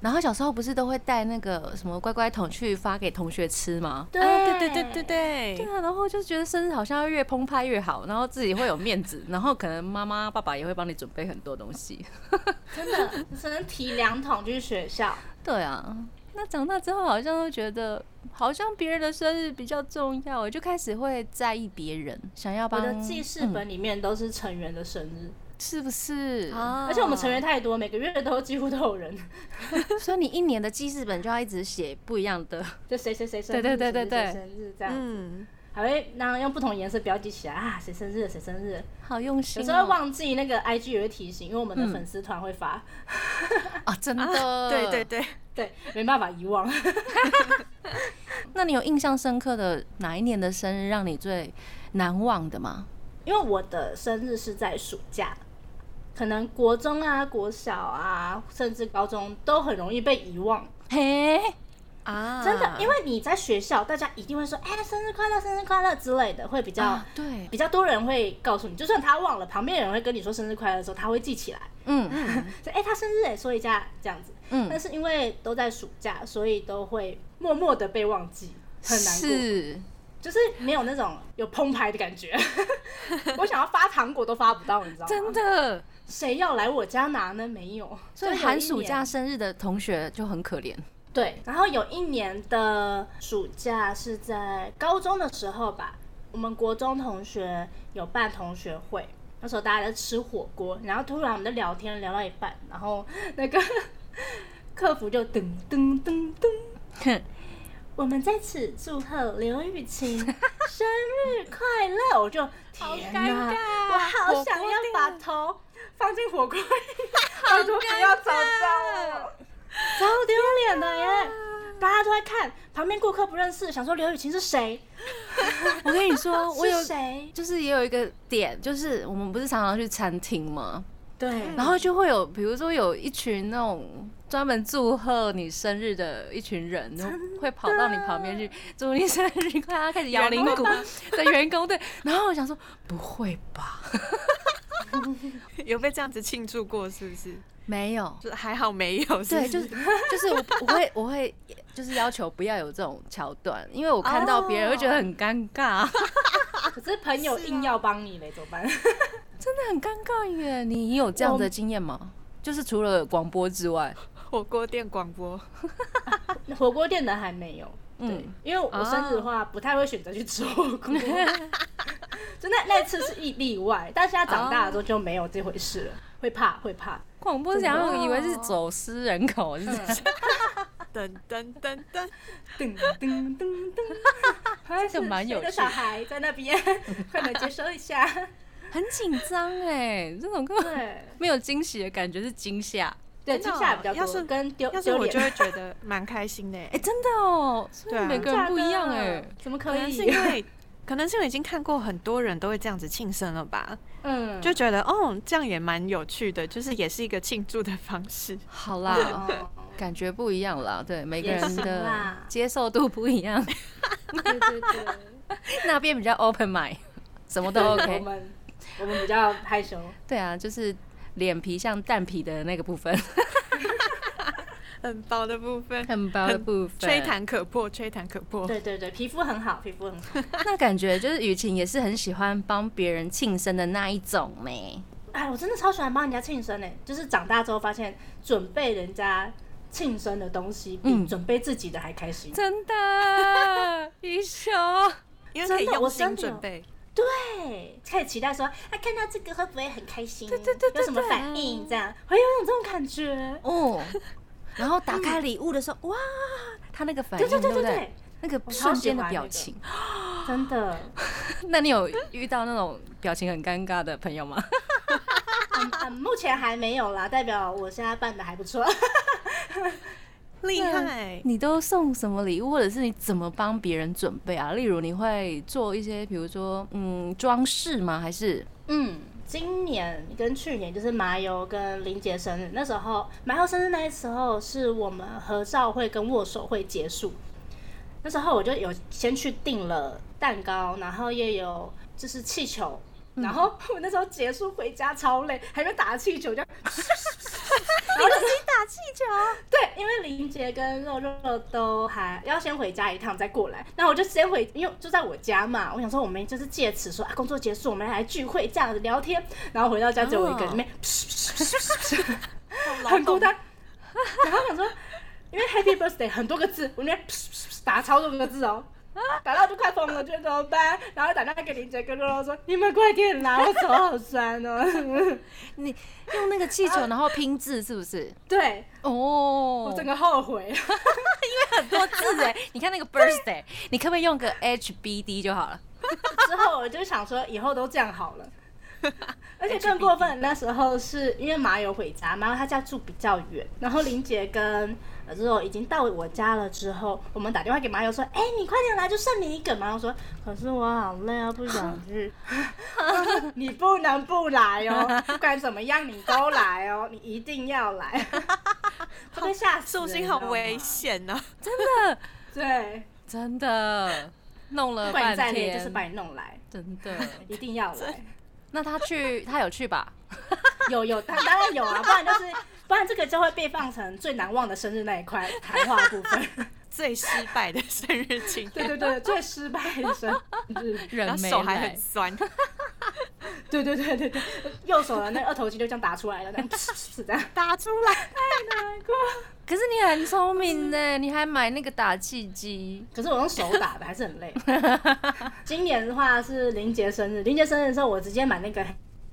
Speaker 1: 然后小时候不是都会带那个什么乖乖桶去发给同学吃吗？
Speaker 2: 对
Speaker 3: 啊对对对对
Speaker 1: 对
Speaker 3: 对，
Speaker 1: 啊，然后就觉得生日好像要越澎湃越好，然后自己会有面子，然后可能妈妈爸爸也会帮你准备很多东西。
Speaker 2: 真的，只能提两桶去学校。
Speaker 1: 对啊，那长大之后好像都觉得，好像别人的生日比较重要，我就开始会在意别人，想要
Speaker 2: 我
Speaker 1: 帮
Speaker 2: 的记事
Speaker 1: 嗯
Speaker 2: 本里面都是成员的生日，
Speaker 1: 是不是？
Speaker 3: 啊
Speaker 2: 哦而且我们成员太多，每个月都几乎都有人，
Speaker 1: 所以你一年的记事本就要一直写不一样的。
Speaker 2: 就谁谁谁生日，
Speaker 1: 对对对对对
Speaker 2: 谁谁生日这样，
Speaker 3: 嗯，
Speaker 2: 还会那用不同颜色标记起来啊，谁生日谁生日。
Speaker 1: 好用心、
Speaker 2: 有
Speaker 1: 哦，
Speaker 2: 时候会忘记那个 IG 也会提醒，因为我们的
Speaker 1: 嗯
Speaker 2: 粉丝团会发，
Speaker 1: 啊，真的、
Speaker 3: 啊对对。 对，
Speaker 2: 对，没办法遗忘。
Speaker 1: 那你有印象深刻的哪一年的生日让你最难忘的吗？
Speaker 2: 因为我的生日是在暑假，可能国中啊、国小啊，甚至高中都很容易被遗忘。
Speaker 1: 嘿，
Speaker 3: 啊，
Speaker 2: 真
Speaker 1: 嗯
Speaker 2: 的，因为你在学校，大家一定会说“哎、生日快乐，生日快乐”之类的，会比较、
Speaker 1: 啊，对，
Speaker 2: 比较多人会告诉你。就算他忘了，旁边有人会跟你说生日快乐的时候，他会记起来，
Speaker 1: 嗯
Speaker 2: 说“哎、他生日哎，说一下”这样子。但
Speaker 1: 嗯，
Speaker 2: 是因为都在暑假，所以都会默默的被忘记，很难过。
Speaker 1: 是，
Speaker 2: 就是没有那种有澎湃的感觉。 我想要发糖果都发不到，你知道吗？
Speaker 1: 真的。
Speaker 2: 谁要来我家拿呢？没有，
Speaker 1: 所以
Speaker 2: 就有一
Speaker 1: 寒暑
Speaker 2: 年
Speaker 1: 假生日的同学就很可怜。
Speaker 2: 对。然后有一年的暑假是在高中的时候吧，我们国中同学有办同学会，那时候大家在吃火锅，然后突然我们在聊天聊到一半，然后那个 客服就噔噔噔噔。
Speaker 1: 哼，
Speaker 2: 我们在此祝贺刘雨晴生日快乐！我就天哪，我好想要把头放进火锅里，拜托不要找到我，超丢脸的耶！大家都在看，旁边顾客不认识，想说刘雨晴是谁？
Speaker 1: 我跟你说，我有
Speaker 2: 是谁？
Speaker 1: 就是也有一个点，就是我们不是常常去餐厅吗？
Speaker 2: 对，
Speaker 1: 然后就会有，比如说有一群那种专门祝贺你生日的一群人，就会跑到你旁边去祝你生日快乐，开始摇铃 鼓的员工对。然后我想说，不会吧？
Speaker 3: 有被这样子庆祝过，是不是？
Speaker 1: 没有。
Speaker 3: 就是还好没有，
Speaker 1: 对，
Speaker 3: 是
Speaker 1: 就
Speaker 3: 不
Speaker 1: 是
Speaker 3: 是
Speaker 1: 就是我我会我会就是要求不要有这种桥段，因为我看到别人会觉得很尴尬，
Speaker 2: 可是朋友硬要帮你嘞，怎么办？
Speaker 1: 真的很尴尬耶。你有这样的经验吗？就是除了广播之外，
Speaker 3: 火锅店广播，
Speaker 2: 火锅店的还没有，对
Speaker 1: 嗯，
Speaker 2: 因为我生日的话不太会选择去吃火锅，就那那次是一例外，但现在长大了之后就没有这回事了，会怕会怕，
Speaker 1: 广播想要以为是走私人口，是不是
Speaker 3: 噔噔噔噔，
Speaker 2: 噔噔噔噔，还
Speaker 1: 这个蛮有趣的
Speaker 2: 的小孩在那边，快来接收一下，
Speaker 1: 很紧张哎，这种根 本
Speaker 2: 对
Speaker 1: 没有惊喜的感觉，是惊吓。
Speaker 2: 对，
Speaker 3: 真
Speaker 2: 接
Speaker 3: 的哦
Speaker 2: 下来比较
Speaker 3: 要是
Speaker 2: 多，跟丢
Speaker 3: 要是
Speaker 2: 丢
Speaker 3: 我就
Speaker 2: 脸
Speaker 3: 会觉得蛮开心的耶。
Speaker 1: 哎，真的哦，所以
Speaker 3: 对啊
Speaker 1: 每个人不一样哎
Speaker 2: 真的。怎么
Speaker 3: 可
Speaker 2: 可
Speaker 3: 能是
Speaker 2: 以
Speaker 3: 因？为， 可能是因为已经看过很多人都会这样子庆生了吧，
Speaker 2: 嗯，
Speaker 3: 就觉得哦，这样也蛮有趣的，就是也是一个庆祝的方式。
Speaker 1: 好 啦，
Speaker 2: 哦
Speaker 1: 感觉不一样啦，对每个
Speaker 2: 也
Speaker 1: 人
Speaker 2: 行
Speaker 1: 的
Speaker 2: 啦
Speaker 1: 接受度不一样，
Speaker 2: 对对对，
Speaker 1: 那边比较 open mind，什么都
Speaker 2: 我
Speaker 1: OK。
Speaker 2: 们我们比较害羞，
Speaker 1: 对啊，就是脸皮像蛋皮的那个部分，
Speaker 3: 很薄的部分，
Speaker 1: 很薄的部分。
Speaker 3: 吹弹可破，吹弹可破。
Speaker 2: 对对对，皮肤很好，皮肤很好。
Speaker 1: 那感觉就是雨晴也是很喜欢帮别人庆生的那一种呢。
Speaker 2: 哎，我真的超喜欢帮人家庆生呢、欸就是长大之后发现，准备人家庆生的东西比
Speaker 1: 嗯
Speaker 2: 准备自己的还开心。
Speaker 1: 真的，雨雄，
Speaker 3: 因为可以
Speaker 2: 真的我
Speaker 3: 用
Speaker 2: 真
Speaker 3: 心
Speaker 2: 的有
Speaker 3: 准备。
Speaker 2: 对，开始期待说，啊，看到这个会不会很开心？对
Speaker 1: 对对对
Speaker 2: 有什么反应？这样会有种这种感觉。
Speaker 1: 哦，然后打开礼物的时候，哇，他那个反应，
Speaker 2: 对对对
Speaker 1: 不
Speaker 2: 对对，
Speaker 1: 那个
Speaker 2: 我超
Speaker 1: 瞬
Speaker 2: 喜
Speaker 1: 间的
Speaker 2: 欢那
Speaker 1: 表
Speaker 2: 个
Speaker 1: 情，
Speaker 2: 真的
Speaker 1: 那你有遇到那种表情很尴尬的朋友吗？
Speaker 2: 嗯嗯，目前还没有啦，代表我现在办的还不错。
Speaker 3: 厉害，
Speaker 1: 啊你哎都送什么礼物，或者是你怎么帮别人准备啊？例如你会做一些，比如说嗯装饰吗？还是
Speaker 2: 嗯，今年跟去年就是麻油跟林杰生日，那时候麻油生日那时候是我们合照会跟握手会结束，那时候我就有先去订了蛋糕，然后也有就是气球。
Speaker 1: 嗯
Speaker 2: 然后我那时候结束回家超累，还没打 气球就，然后就
Speaker 1: 打气球，
Speaker 2: 对，因为林杰跟肉肉都还要先回家一趟再过来，那我就先回，因为就在我家嘛，我想说我们就是借此说啊，工作结束我们来聚会这样子聊天，然后回到家只有我一个人在那边， 很孤单， 然后想说，因为 Happy Birthday 很多个字，我那边打超多个字哦。打到我就快疯了，觉得怎么办？然后打电话给林杰跟肉肉说：“你们快点来，我手好酸哦。
Speaker 1: 你用那个气球，然后拼字是不是？”
Speaker 2: 对，我
Speaker 1: 啊哦，
Speaker 2: 整个后悔。
Speaker 1: 很多字哎，你看 那个 birthday，你可不可以用个 HBD 就好了？
Speaker 2: 之后我就想说，以后都这样好 了。而且更过分，那时候是因为麻友回家，麻友他家住比较远，然后林姐跟呃之后已经到我家了之后，我们打电话给麻友说：“哎、你快点来，就剩你一个。”麻友说：“可是我好累啊，不想 去。” 我说你不能不来哦，不管怎么样你都来哦，你一定要来， 会被吓死
Speaker 3: 寿
Speaker 2: 人。
Speaker 3: 星
Speaker 2: 你
Speaker 3: 好
Speaker 2: 知道吗
Speaker 3: 危，险啊呐、
Speaker 2: 对，
Speaker 1: 真的弄了
Speaker 2: 不管你再
Speaker 1: 半
Speaker 2: 累就是
Speaker 1: 天，
Speaker 2: 把你弄 来，
Speaker 1: 真的。
Speaker 2: 一定要来。
Speaker 1: 那他去，他有去吧？
Speaker 2: 有有，当当然有啊，不然就是不然这个就会被放成最难忘的生日那一块谈话部分。
Speaker 3: 最失败的生日 庆
Speaker 2: 对对对，最失败的生日，
Speaker 3: 然
Speaker 1: 人
Speaker 3: 后
Speaker 1: 没
Speaker 3: 手还
Speaker 1: 来
Speaker 3: 很，酸，
Speaker 2: 对对对对对，右手的那二头肌就这样打出来了，这样 是这样
Speaker 3: 打出来。
Speaker 1: 可是你很聪明呢，你还买那个打气机。
Speaker 2: 可是我用手打的，还是很 累。今年的话是林杰生日，林杰生日的时候，我直接买那个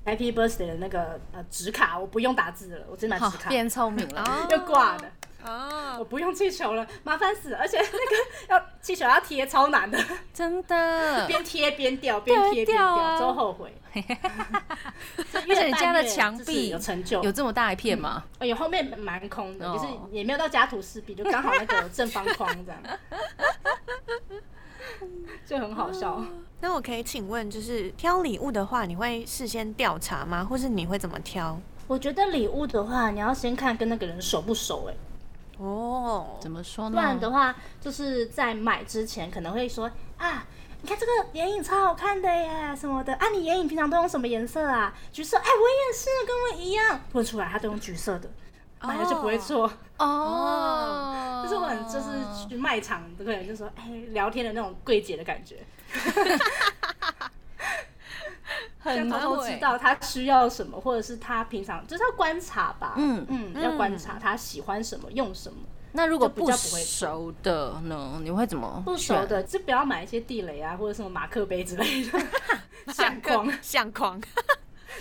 Speaker 2: Happy Birthday 的那个呃纸卡，我不用打字了，我直接买
Speaker 1: 好
Speaker 2: 纸，卡，
Speaker 1: 变聪明了。
Speaker 3: 哦
Speaker 2: 就挂的。
Speaker 3: 哦，
Speaker 2: 我不用气球了，麻烦死了！而且那个要气球要贴超难的，
Speaker 1: 真的，
Speaker 2: 边贴边掉，边贴
Speaker 1: 嗯
Speaker 2: 边
Speaker 1: 掉啊
Speaker 2: 掉，之后后 悔。
Speaker 1: 而且你家的墙
Speaker 2: 就是
Speaker 1: 壁
Speaker 2: 有成就，嗯
Speaker 1: 有
Speaker 2: 有
Speaker 1: 这么大一片吗？
Speaker 2: 有后面蛮空的，
Speaker 1: 哦
Speaker 2: 就是也没有到家徒四壁，就刚好那个正方框这样， 就很好
Speaker 1: 哦
Speaker 2: 笑。
Speaker 3: 那我可以请问，就是挑礼物的话，你会事先调查吗？或是你会怎么挑？
Speaker 2: 我觉得礼物的话，你要先看跟那个人熟不熟、欸，
Speaker 3: 哦，
Speaker 1: 怎么说呢？
Speaker 2: 不然的话，就是在买之前可能会说啊。你看这个眼影超好看的耶，什么的啊？你眼影平常都用什么颜色啊？橘色，哎，我也是，跟我一样。问出来他都用橘色的，买了就不会错。
Speaker 1: 哦，
Speaker 2: 就是我很就是去卖场的可能就说，哎、聊天的那种柜姐的 感觉，
Speaker 1: 很
Speaker 2: 偷偷知道他需要什么，或者是他平常就是要观察吧，
Speaker 1: 嗯
Speaker 2: 嗯，要观察他喜欢什么，用什么。
Speaker 1: 那如果
Speaker 2: 就比
Speaker 1: 不
Speaker 2: 较不会
Speaker 1: 熟的呢，你会怎么？
Speaker 2: 不熟，
Speaker 1: 啊
Speaker 2: 的就不要买一些地雷啊，或者什么马克杯之类的，相框，
Speaker 3: 相框，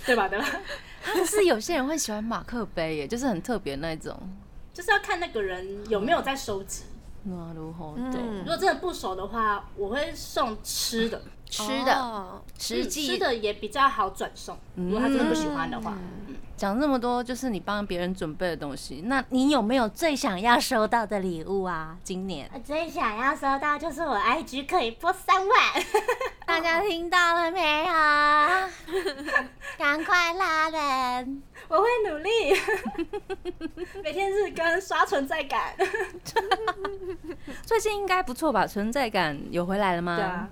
Speaker 2: 对吧？对吧？
Speaker 1: 但啊是有些人会喜欢马克杯耶，就是很特别那种。
Speaker 2: 就是要看那个人有没有在收集。
Speaker 1: 嗯那如何
Speaker 3: 对
Speaker 1: 的
Speaker 2: 如果真的不熟的话，我会送吃的，
Speaker 1: 吃的
Speaker 3: 哦
Speaker 1: 嗯实
Speaker 2: 嗯吃
Speaker 1: 际
Speaker 2: 的也比较好转送。如果他真的不喜欢的话，
Speaker 1: 嗯
Speaker 2: 嗯
Speaker 1: 讲这么多，就是你帮别人准备的东西。那你有没有最想要收到的礼物啊？今年
Speaker 2: 我最想要收到就是我 IG 可以播三万。
Speaker 1: 大家听到了没 有？赶快拉人！
Speaker 2: 我会努力， 每天日更刷存在感。
Speaker 1: 嗯最近应该不错吧？存在感有回来了吗？
Speaker 2: 对啊，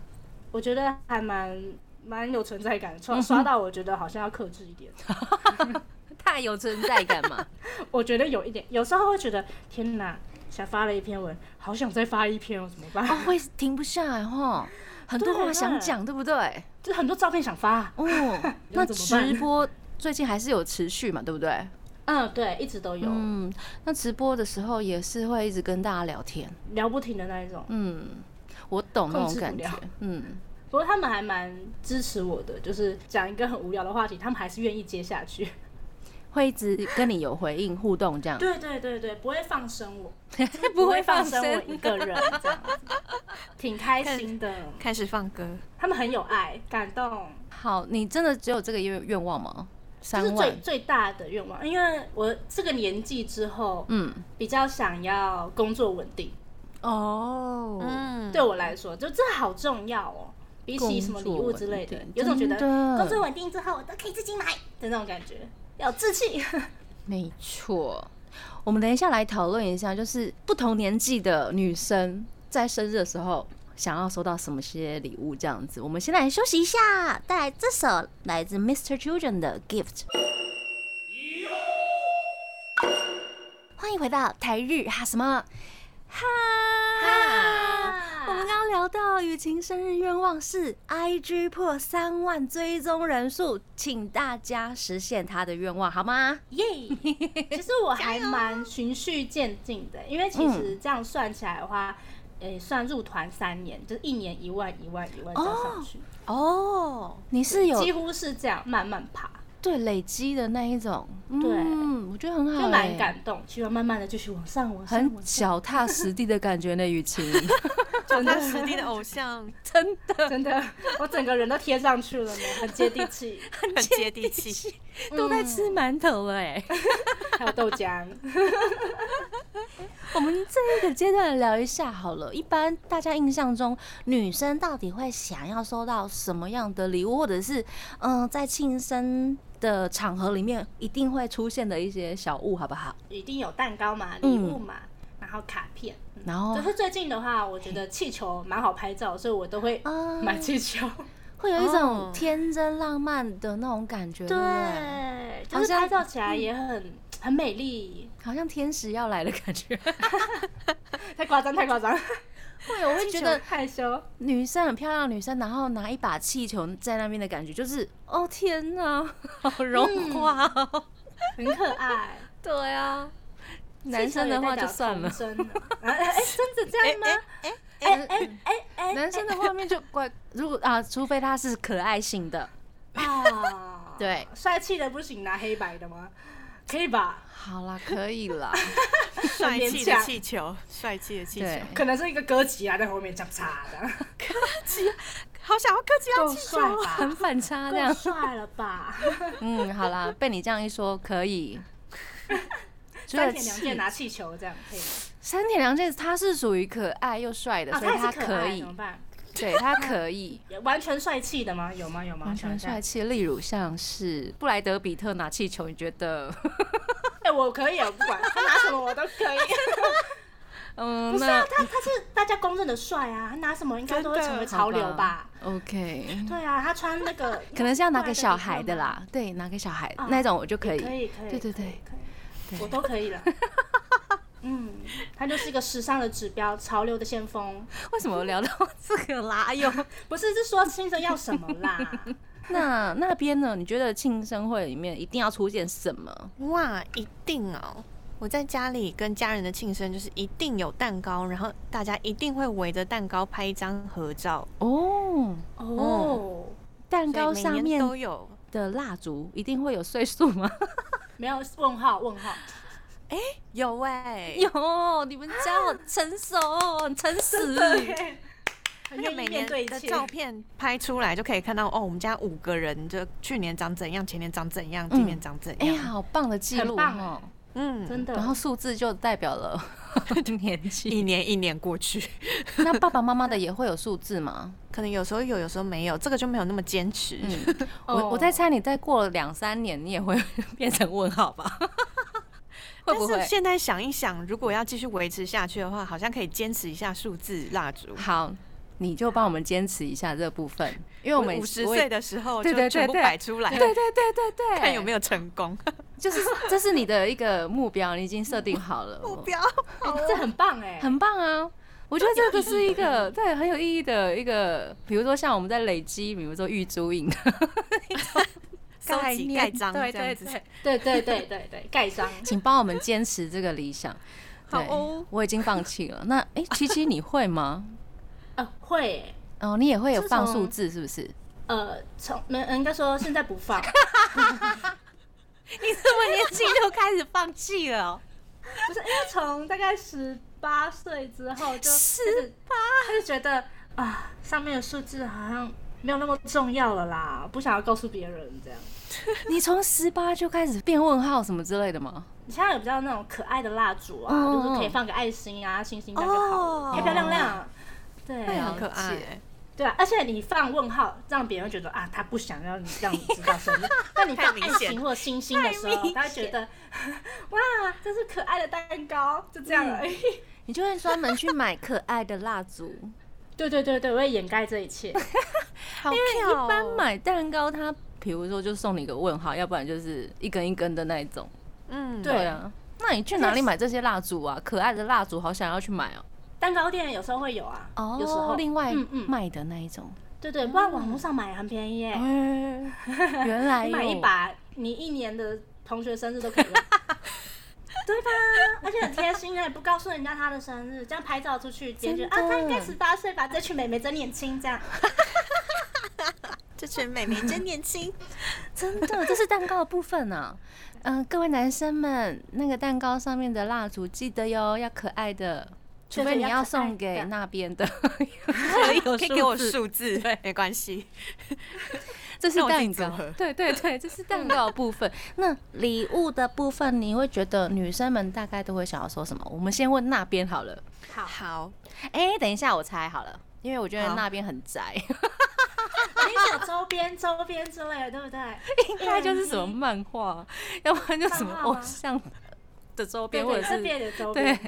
Speaker 2: 我觉得还蛮蛮有存在感的，刷刷到我觉得好像要克制一点。
Speaker 1: 太有存在感嘛。
Speaker 2: 我觉得有一点，有时候会觉得天哪，才发了一篇文，好想再发一篇哦，怎么办？
Speaker 1: 哦，会停不下来哈，很多
Speaker 2: 对
Speaker 1: 话想
Speaker 2: 对
Speaker 1: 讲，对不对？
Speaker 2: 就很多照片想发。啊
Speaker 1: 哦，那
Speaker 2: 要怎么办
Speaker 1: 直播最近还是有持续嘛，对不对？
Speaker 2: 嗯，对，一直都有、
Speaker 1: 嗯，那直播的时候也是会一直跟大家聊天，
Speaker 2: 聊不停的那一种。
Speaker 1: 嗯，我懂那
Speaker 2: 控
Speaker 1: 种
Speaker 2: 制不
Speaker 1: 感觉
Speaker 2: 了，
Speaker 1: 嗯，
Speaker 2: 不过他们还蛮支持我的，就是讲一个很无聊的话题，他们还是愿意接下去。
Speaker 1: 会一直跟你有回应互动这样，
Speaker 2: 对对对对，不会放生 我。
Speaker 1: 不
Speaker 2: 不
Speaker 1: 会
Speaker 2: 会
Speaker 1: 放
Speaker 2: 放
Speaker 1: 生
Speaker 2: 生我一个人，这样子， 挺开心的。
Speaker 3: 开始放歌，
Speaker 2: 他们很有爱，感动，
Speaker 1: 好，你真的只有这个愿愿望吗？
Speaker 2: 这是
Speaker 1: 三
Speaker 2: 最
Speaker 1: 万，
Speaker 2: 最大的愿望。因为我这个年纪之后，
Speaker 1: 嗯，
Speaker 2: 比较想要工作稳定。
Speaker 1: 哦，
Speaker 3: 嗯，
Speaker 2: 对我来说，就这好重要哦。比起什么礼物之类的，有种觉得工作稳定之后，我都可以自己买的那种感觉，要有志气。
Speaker 1: 啊 没错，我们等一下来讨论一下，就是不同年纪的女生在生日的时候想要收到什么些礼物这样子。我们先来休息一下，带来这首来自 Mr. Children 的 Gift。欢迎回到台日哈什么哈。我们 刚刚聊到雨晴生日愿望是 IG 破三万追踪人数，请大家实现她的愿望好吗？
Speaker 2: 耶！其实我还
Speaker 1: 哦
Speaker 2: 蛮循序渐进的，因为其
Speaker 1: 嗯
Speaker 2: 实这样算起来的话，诶、算入团三年，就是一年一万、一万、一万这样上去，
Speaker 3: 哦，
Speaker 1: 你是有
Speaker 2: 几乎是这样慢慢爬，
Speaker 1: 对累积的那一种，
Speaker 2: 对
Speaker 1: 嗯，我觉得很好、欸，
Speaker 2: 就蛮感动。其实慢慢的继续往上，往上，
Speaker 1: 很
Speaker 2: 往上，
Speaker 1: 脚踏实地的感觉呢。雨晴，
Speaker 3: 脚踏实地的偶像，
Speaker 2: 真的，我整个人都贴上去了呢，很接地 气，
Speaker 3: 很接地气。
Speaker 1: 都在吃馒头了哎、
Speaker 2: 还有豆浆。
Speaker 1: 我们这一个阶段聊一下好了，一般大家印象中女生到底会想要收到什么样的礼物，或者是嗯、呃在庆生的场合里面一定会出现的一些小物，好不好？
Speaker 2: 一定有蛋糕嘛、礼
Speaker 1: 嗯哦
Speaker 2: 物嘛，然后卡片。嗯
Speaker 1: 然后
Speaker 2: 可是最近的话，我觉得气球蛮好拍照，所以我都会
Speaker 1: 啊
Speaker 2: 买 气球。
Speaker 1: 会有一种
Speaker 3: 哦
Speaker 1: 天真浪漫的那种感觉，对不对，
Speaker 2: 对，
Speaker 1: 好
Speaker 2: 就是
Speaker 1: 像嗯
Speaker 2: 拍照起来也很很美丽。
Speaker 1: 好像天使要来的感觉。
Speaker 2: 太夸张，太 夸张，
Speaker 1: 会，我会觉得
Speaker 2: 害羞。
Speaker 1: 女生很漂亮，女生然后拿一把气球在那边的感觉，就是哦天哪， 好融化哦。
Speaker 2: 很可爱，
Speaker 1: 对啊， 男生的话就算了
Speaker 2: 气，球也代表童真哎 哎，哎真的这样吗？
Speaker 3: 哎
Speaker 2: 哎哎哎哎
Speaker 1: 男生的画面就怪，如果啊，除非他是可爱型的，
Speaker 2: 哦啊，
Speaker 1: 对
Speaker 2: 帅气的不行，拿黑白的吗？可以吧？
Speaker 1: 好啦，可以 啦，
Speaker 3: 帅气
Speaker 2: 勉
Speaker 3: 的
Speaker 2: 强
Speaker 3: 气球，帅气的气球
Speaker 1: 对，，
Speaker 2: 可能是一个歌姬啊，在后面夹叉 的，
Speaker 3: 好想要科技要
Speaker 2: 够
Speaker 3: 气
Speaker 2: 帅
Speaker 3: 球。
Speaker 1: 很
Speaker 2: 吧？
Speaker 1: 反差这
Speaker 2: 够
Speaker 1: 样，
Speaker 2: 帅了吧？
Speaker 1: 嗯，好啦，被你这样一说，可 以。除了
Speaker 2: 三天两
Speaker 1: 气
Speaker 2: 天拿气球这样可以吗？
Speaker 1: 三天两件，他是属于可爱又帅的，
Speaker 2: 啊，
Speaker 1: 所以他
Speaker 2: 他也是可
Speaker 1: 可
Speaker 2: 爱
Speaker 1: 以
Speaker 2: 怎，么办？
Speaker 1: 对他可以。
Speaker 2: 完全帅气的吗？有吗？有吗？
Speaker 1: 完全
Speaker 2: 嗯想一
Speaker 1: 帅
Speaker 2: 下。
Speaker 1: 气，例如像是布莱德比特拿气球，你觉得？
Speaker 2: 哎，我可以，我不管他拿什么我都可以。
Speaker 1: 嗯，
Speaker 2: 不是啊
Speaker 1: 那，
Speaker 2: 他他是大家公认的帅啊，他拿什么应该都会成为潮流吧？
Speaker 1: OK，
Speaker 2: 对啊，他穿那个
Speaker 1: 可能是要拿给小孩的啦，对，拿给小孩的那种我就可以。
Speaker 2: 可以可以，
Speaker 1: 对对
Speaker 2: 可以
Speaker 1: 对，
Speaker 2: 可
Speaker 1: 对
Speaker 2: 以我都可以了。嗯，他就是一个时尚的指标，潮流的先锋。
Speaker 1: 为什么聊到这个啦？哎呦，
Speaker 2: 不是，是说新生要什么啦？
Speaker 1: 那那边呢？你觉得庆生会里面一定要出现什么？
Speaker 3: 哇，一定哦！我在家里跟家人的庆生就是一定有蛋糕，然后大家一定会围着蛋糕拍一张合照，
Speaker 1: 哦，
Speaker 2: 哦，
Speaker 1: 蛋
Speaker 3: 所以
Speaker 1: 糕
Speaker 3: 每
Speaker 1: 上
Speaker 3: 年
Speaker 1: 面
Speaker 3: 都有。
Speaker 1: 的蜡烛一定会有岁数吗？
Speaker 2: 没有问号问号，
Speaker 3: 有哎、
Speaker 1: 有，你们家好成熟哦，很诚实。
Speaker 2: 很
Speaker 3: 那个
Speaker 2: 愿
Speaker 3: 每
Speaker 2: 意面
Speaker 3: 年
Speaker 2: 对一
Speaker 3: 的
Speaker 2: 切。
Speaker 3: 照片拍出来就可以看到哦，我们家五个人，就去年长怎样，前年长怎样，今年长怎
Speaker 1: 哎呀，
Speaker 3: 样。
Speaker 1: 好棒的记录
Speaker 2: 很棒
Speaker 1: 哦！
Speaker 3: 嗯，
Speaker 2: 真的，
Speaker 1: 然后数字就代表 了年纪。
Speaker 3: 一年一年过去，
Speaker 1: 那爸爸妈妈的也会有数字吗？
Speaker 3: 可能有时候有，有时候没有，这个就没有那么坚持。
Speaker 1: 嗯，我
Speaker 2: 哦
Speaker 1: 我在猜，你再过了两三年，你也会 变成问号吧？ 会不
Speaker 3: 但
Speaker 1: 会
Speaker 3: 是？现在想一想，如果要继续维持下去的话，好像可以坚持一下数字蜡烛。
Speaker 1: 好，你就帮我们坚持一下这部分，因为我们
Speaker 3: 五十
Speaker 1: 我
Speaker 3: 岁的时候
Speaker 1: 对对对
Speaker 3: 就全部
Speaker 1: 对
Speaker 3: 摆出来，
Speaker 1: 对对对对对，
Speaker 3: 看有没
Speaker 1: 有，
Speaker 3: 有成功
Speaker 1: 就是这是你的一个目标，你已经设定好了
Speaker 3: 目标。
Speaker 2: 哎这很棒哎，
Speaker 1: 很棒啊！我觉得这个是一个对很有意义的一个，比如说像我们在累积，比如说玉珠印
Speaker 3: 收集盖章
Speaker 1: 对
Speaker 3: 这
Speaker 1: 对
Speaker 3: 样子
Speaker 1: 对，
Speaker 2: 对对对对对，盖章。
Speaker 1: 请帮我们坚持这个理想。
Speaker 3: 好
Speaker 1: 对
Speaker 3: 哦
Speaker 1: 我已经放弃了。那哎，琪琪你会吗？
Speaker 2: 呃，会，
Speaker 1: 哦，你也会有
Speaker 2: 自
Speaker 1: 放
Speaker 2: 从
Speaker 1: 数字是不是？
Speaker 2: 呃，从没应该说现在不 放，
Speaker 1: 你这么年轻就开始放弃了、哦
Speaker 2: 不是因为从大概十八岁之后就
Speaker 1: 十
Speaker 2: 八，他就觉得啊，上面的数字好像没有那么重要了啦，不想要告诉别人这样。
Speaker 1: 你从十八就开始变问号什么之类的吗？
Speaker 2: 你现在有比较那种可爱的蜡烛啊，
Speaker 1: 嗯
Speaker 2: 就是可以放个爱心啊、星星这样就好了，
Speaker 3: 哦
Speaker 2: 漂漂亮亮。对，
Speaker 3: 对，很可爱。
Speaker 2: 对啊，而且你放问号，让别人觉得啊，他不想要你让你知道生 日。但你放
Speaker 3: 明
Speaker 2: 爱
Speaker 3: 显
Speaker 2: 情或星星的时
Speaker 1: 太明
Speaker 2: 候，
Speaker 1: 显
Speaker 2: 他会觉得 哇，这是可爱的蛋糕，就这样
Speaker 1: 嗯
Speaker 2: 而已。
Speaker 1: 你就会专门去买可爱的蜡烛。
Speaker 2: 对对对对，我会掩盖这一切。
Speaker 3: 好
Speaker 1: 因为
Speaker 3: 跳、哦。
Speaker 1: 一般买蛋糕，它比如说就送你一个问号，要不然就是一根一根的那一种。
Speaker 3: 嗯，
Speaker 2: 对
Speaker 1: 啊，那你去哪里买这些蜡烛啊？可爱的蜡烛，好想要去买哦。
Speaker 2: 蛋糕店有时候会有啊，有时候
Speaker 1: 另外
Speaker 2: 嗯嗯，
Speaker 1: 卖的那一种。
Speaker 2: 对对，不然网络上买很便宜耶，哎
Speaker 1: 嗯， 原来
Speaker 2: 你买一
Speaker 1: 有，
Speaker 2: 把，你一年的同学生日都可以用。对吧？而且很贴心哎，不告诉人家他的生日，这样拍照出去，别人觉得
Speaker 1: 真
Speaker 2: 啊，
Speaker 1: 的
Speaker 2: 他应该十八岁吧，这群妹妹真年轻，这样。
Speaker 3: 这群美眉真年轻。
Speaker 1: 真的，这是蛋糕的部分呢、啊。 嗯、各位男生们，那个蛋糕上面的蜡烛记得哟，要可爱的，除
Speaker 2: 对
Speaker 1: 非
Speaker 2: 对
Speaker 1: 你
Speaker 2: 要
Speaker 1: 要
Speaker 2: 可爱
Speaker 1: 送
Speaker 2: 的
Speaker 1: 给那边的，
Speaker 3: 可以
Speaker 1: 有
Speaker 3: 可以给我
Speaker 1: 数字
Speaker 3: 数字，对，没关系。
Speaker 1: 这是
Speaker 3: 那我自
Speaker 1: 蛋
Speaker 3: 己
Speaker 1: 糕
Speaker 3: 组合，
Speaker 1: 对对对，这是蛋糕的部分。那礼物的部分，你会觉得女生们大概都会想要说什么？我们先问那边好了。
Speaker 2: 好，
Speaker 3: 好，
Speaker 1: 哎、等一下我猜好了，因为我觉得
Speaker 3: 好
Speaker 1: 那边很宅，
Speaker 2: 你想周边、周边之类的，对不对？
Speaker 1: 应该就是什么漫画，要不然就什么
Speaker 2: 漫画吗
Speaker 1: 偶像的周
Speaker 2: 对
Speaker 1: 边，或
Speaker 2: 对，
Speaker 1: 者
Speaker 2: 这
Speaker 1: 是
Speaker 2: 边的周
Speaker 1: 对
Speaker 2: 边，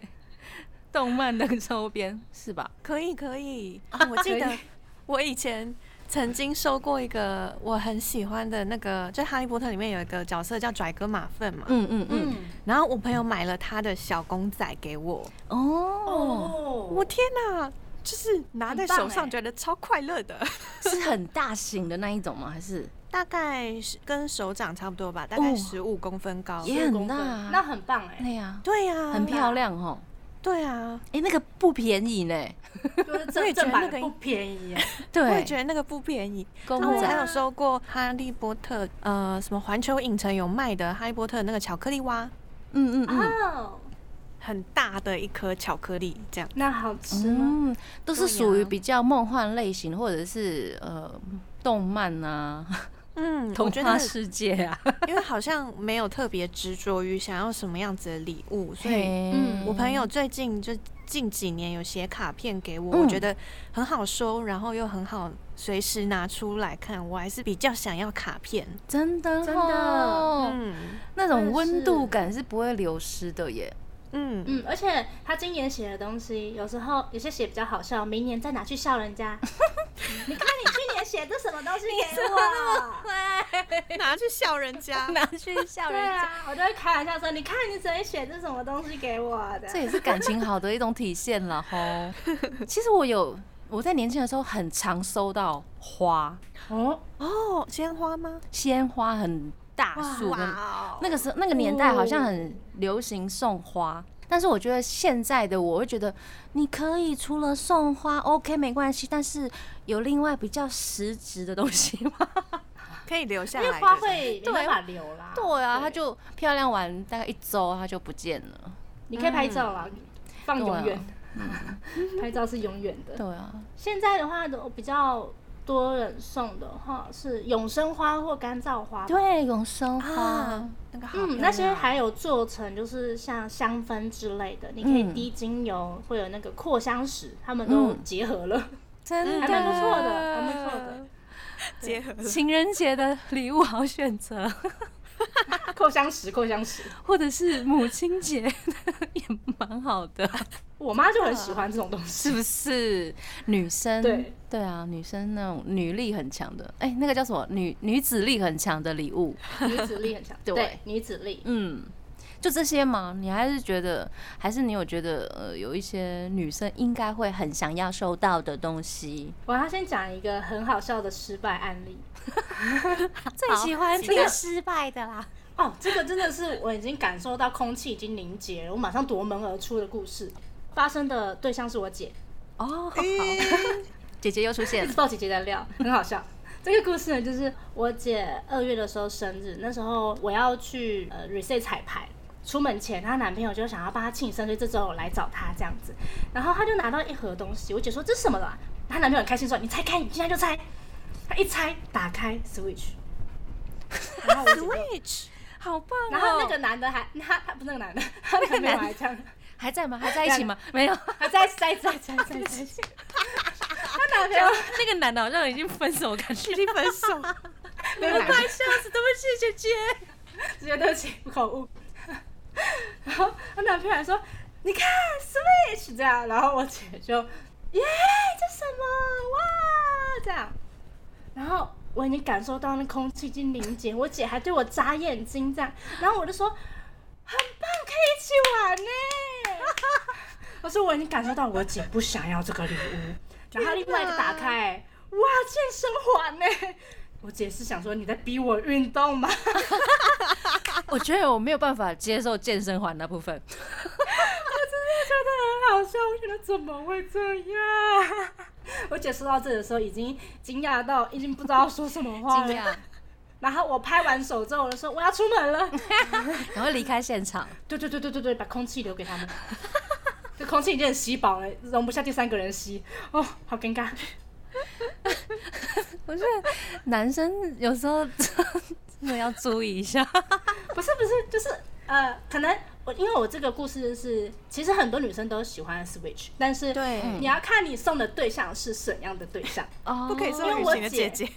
Speaker 1: 动漫的周边，是吧？
Speaker 3: 可以可以。啊我记
Speaker 1: 可
Speaker 3: 得
Speaker 1: 以
Speaker 3: 我以前曾经收过一个我很喜欢的那个，就《哈利波特》里面有一个角色叫拽哥马粪嘛，
Speaker 1: 嗯嗯嗯。
Speaker 2: 嗯，
Speaker 3: 然后我朋友买了他的小公仔给我，
Speaker 1: 哦，
Speaker 2: 哦，
Speaker 3: 我天哪！就是拿
Speaker 2: 很
Speaker 3: 在
Speaker 2: 棒
Speaker 3: 手上，
Speaker 2: 欸
Speaker 3: 觉得超快乐的，
Speaker 1: 是很大型的那一种吗？还是
Speaker 3: 大概是跟手掌差不多吧，大概
Speaker 1: 哦
Speaker 3: 十五公分高。
Speaker 1: 也很大啊
Speaker 2: 那很棒哎，
Speaker 1: 对呀、
Speaker 3: 对呀，
Speaker 1: 很漂亮哦。
Speaker 3: 对啊，
Speaker 1: 哎、那个不便宜呢。
Speaker 2: 就是
Speaker 3: 我也
Speaker 2: 正
Speaker 3: 觉得
Speaker 2: 正版
Speaker 3: 那
Speaker 2: 的
Speaker 3: 个
Speaker 2: 不便宜哎，
Speaker 1: 对，
Speaker 3: 我也觉得那个不便宜。
Speaker 1: 公
Speaker 3: 然后我
Speaker 1: 仔
Speaker 3: 还有收过《哈利波特》呃什么环球影城有卖的《哈利波特》那个巧克力蛙，
Speaker 1: 嗯嗯嗯。
Speaker 2: 哦，
Speaker 3: 很大的一颗巧克力这样。
Speaker 2: 那好吃吗？
Speaker 1: 嗯，都是
Speaker 3: 对
Speaker 1: 属于
Speaker 3: 呀
Speaker 1: 比较梦幻类型，或者是呃动漫啊、
Speaker 3: 嗯，我
Speaker 1: 童
Speaker 3: 觉
Speaker 1: 话
Speaker 3: 得
Speaker 1: 世界啊。
Speaker 3: 因为好像没有特别执着于想要什么样子的礼物，所以
Speaker 1: 对
Speaker 2: 嗯
Speaker 3: 我朋友最近就近几年有写卡片给我，
Speaker 1: 嗯
Speaker 3: 我觉得很好收，然后又很好随时拿出来看，我还是比较想要卡片。
Speaker 1: 真的
Speaker 2: 真的
Speaker 1: 哦
Speaker 3: 嗯
Speaker 1: 那种温
Speaker 2: 我
Speaker 1: 度
Speaker 2: 也是
Speaker 1: 感是不会流失的耶。
Speaker 3: 嗯，
Speaker 2: 嗯，而且他今年写的东西，有时候有些写比较好笑，明年再拿去笑人家。你看你去年写的什么东西给我？
Speaker 3: 拿去笑人家，
Speaker 1: 拿去笑
Speaker 2: 对，啊，我就会开玩笑说，你看你昨天写的什么东西给我的？
Speaker 1: 这也是感情好的一种体现了吼。其实我有我在年轻的时候很常收到花，
Speaker 2: 哦，
Speaker 3: 哦，鲜花吗？
Speaker 1: 鲜花很大束跟
Speaker 3: 哇哦，
Speaker 1: 那个时候那个年代好像很流行送花，但是我觉得现在的我会觉得，你可以除了送花，OK 没关系，但是有另外比较实质的东西吗？
Speaker 3: 可以留下
Speaker 2: 因为
Speaker 3: 来。
Speaker 2: 花
Speaker 3: 对不
Speaker 2: 会
Speaker 3: 对
Speaker 2: 没办法留啦。
Speaker 1: 对啊，它就漂亮完大概一周，它就不见了。
Speaker 2: 你可以拍照啊，放永
Speaker 1: 对
Speaker 2: 远。啊 拍照是永远的。
Speaker 1: 嗯对啊，
Speaker 2: 现在的话，我比较多人送的话是永生花或干燥花吧。
Speaker 1: 对，永生花
Speaker 3: 啊，，那个好漂亮，
Speaker 2: 嗯，那些还有做成就是像香氛之类的，你可以
Speaker 1: 嗯
Speaker 2: 滴精油，会有那个扩香石，他们都
Speaker 1: 嗯
Speaker 2: 结合了，
Speaker 1: 真
Speaker 2: 还蛮不错的，还蛮不错的。
Speaker 3: 结合 了
Speaker 1: 情人节的礼物好选择，
Speaker 2: 啊扩香石，扩香石，
Speaker 1: 或者是母亲节也蛮好的，
Speaker 2: 我妈就很喜欢这种东
Speaker 1: 啊是
Speaker 2: 西。
Speaker 1: 不是？女生
Speaker 2: 对
Speaker 1: 对啊，女生那种女力很强的，哎、那个叫什么女女子力很强的礼物，
Speaker 2: 女子力很强，
Speaker 1: 对
Speaker 2: 对，女子力。
Speaker 1: 嗯，就这些吗？你还是觉得，还是你有觉得，呃，有一些女生应该会很想要收到的东西？
Speaker 2: 我要先讲一个很好笑的失败案例
Speaker 1: 最喜欢听失败的啦，
Speaker 2: 哦，这个真的是我已经感受到空气已经凝结了，我马上夺门而出的故事。发生的对象是我姐，
Speaker 1: 哦，好，姐姐又出现
Speaker 2: 一直，爆姐姐的料，很好笑。这个故事呢，就是我姐二月的时候生日，那时候我要去呃 reset 彩排。出门前，她男朋友就想要帮她庆生，所以这周我来找她这样子。然后她就拿到一盒东西，我姐说这是什么啦？她男朋友很开心说：“你拆开，你现在就拆。”她一拆，打开 Switch，然后我姐就
Speaker 3: Switch
Speaker 1: 好棒哦
Speaker 2: 然后那个男的还他他不是那个男的，他男朋友还这样，
Speaker 1: 还在吗？还在一起吗？没有，
Speaker 2: 还在在在在在在，她男好笑，
Speaker 1: 那个男的好像已经分手，感觉
Speaker 3: 已经分手，
Speaker 2: 没有关系，
Speaker 1: 笑死，对不起，姐姐。
Speaker 2: 直接对不起，口误。然后她男朋友还说：“你看 Switch 这样。”然后我姐就：“耶，这什么哇？”这样。然后我已经感受到那空气已经凝结，我姐还对我眨眼睛这样。然后我就说：“很棒，可以一起玩呢。” 我说我已经感受到我姐不想要这个礼物。然后另外一个打开，哇，健身环呢！我姐是想说你在逼我运动吗？
Speaker 1: 我觉得我没有办法接受健身环那部分，
Speaker 2: 真的很好笑，我觉得怎么会这样？ 我姐说到这的时候，已经惊讶到已经不知道说什么
Speaker 1: 惊
Speaker 2: 话了。
Speaker 1: 讶，
Speaker 2: 然后我拍完手之后，我就说我要出门了。
Speaker 1: 然后离开现场。
Speaker 2: 对对对对对对，把空气留给他们。 这空气已经很稀薄了，容不下第三个人吸。哦，好尴尬。
Speaker 1: 我觉得男生有时候真的要注意一下。
Speaker 2: 不是不是，就是呃，可能我因为我这个故事是，其实很多女生都喜欢 Switch，但是
Speaker 3: 对
Speaker 2: 你要看你送的对象是怎样的对象。
Speaker 1: 哦
Speaker 3: 不可以送
Speaker 2: 因为
Speaker 3: 旅
Speaker 2: 我
Speaker 3: 行的姐
Speaker 2: 姐
Speaker 3: 姐。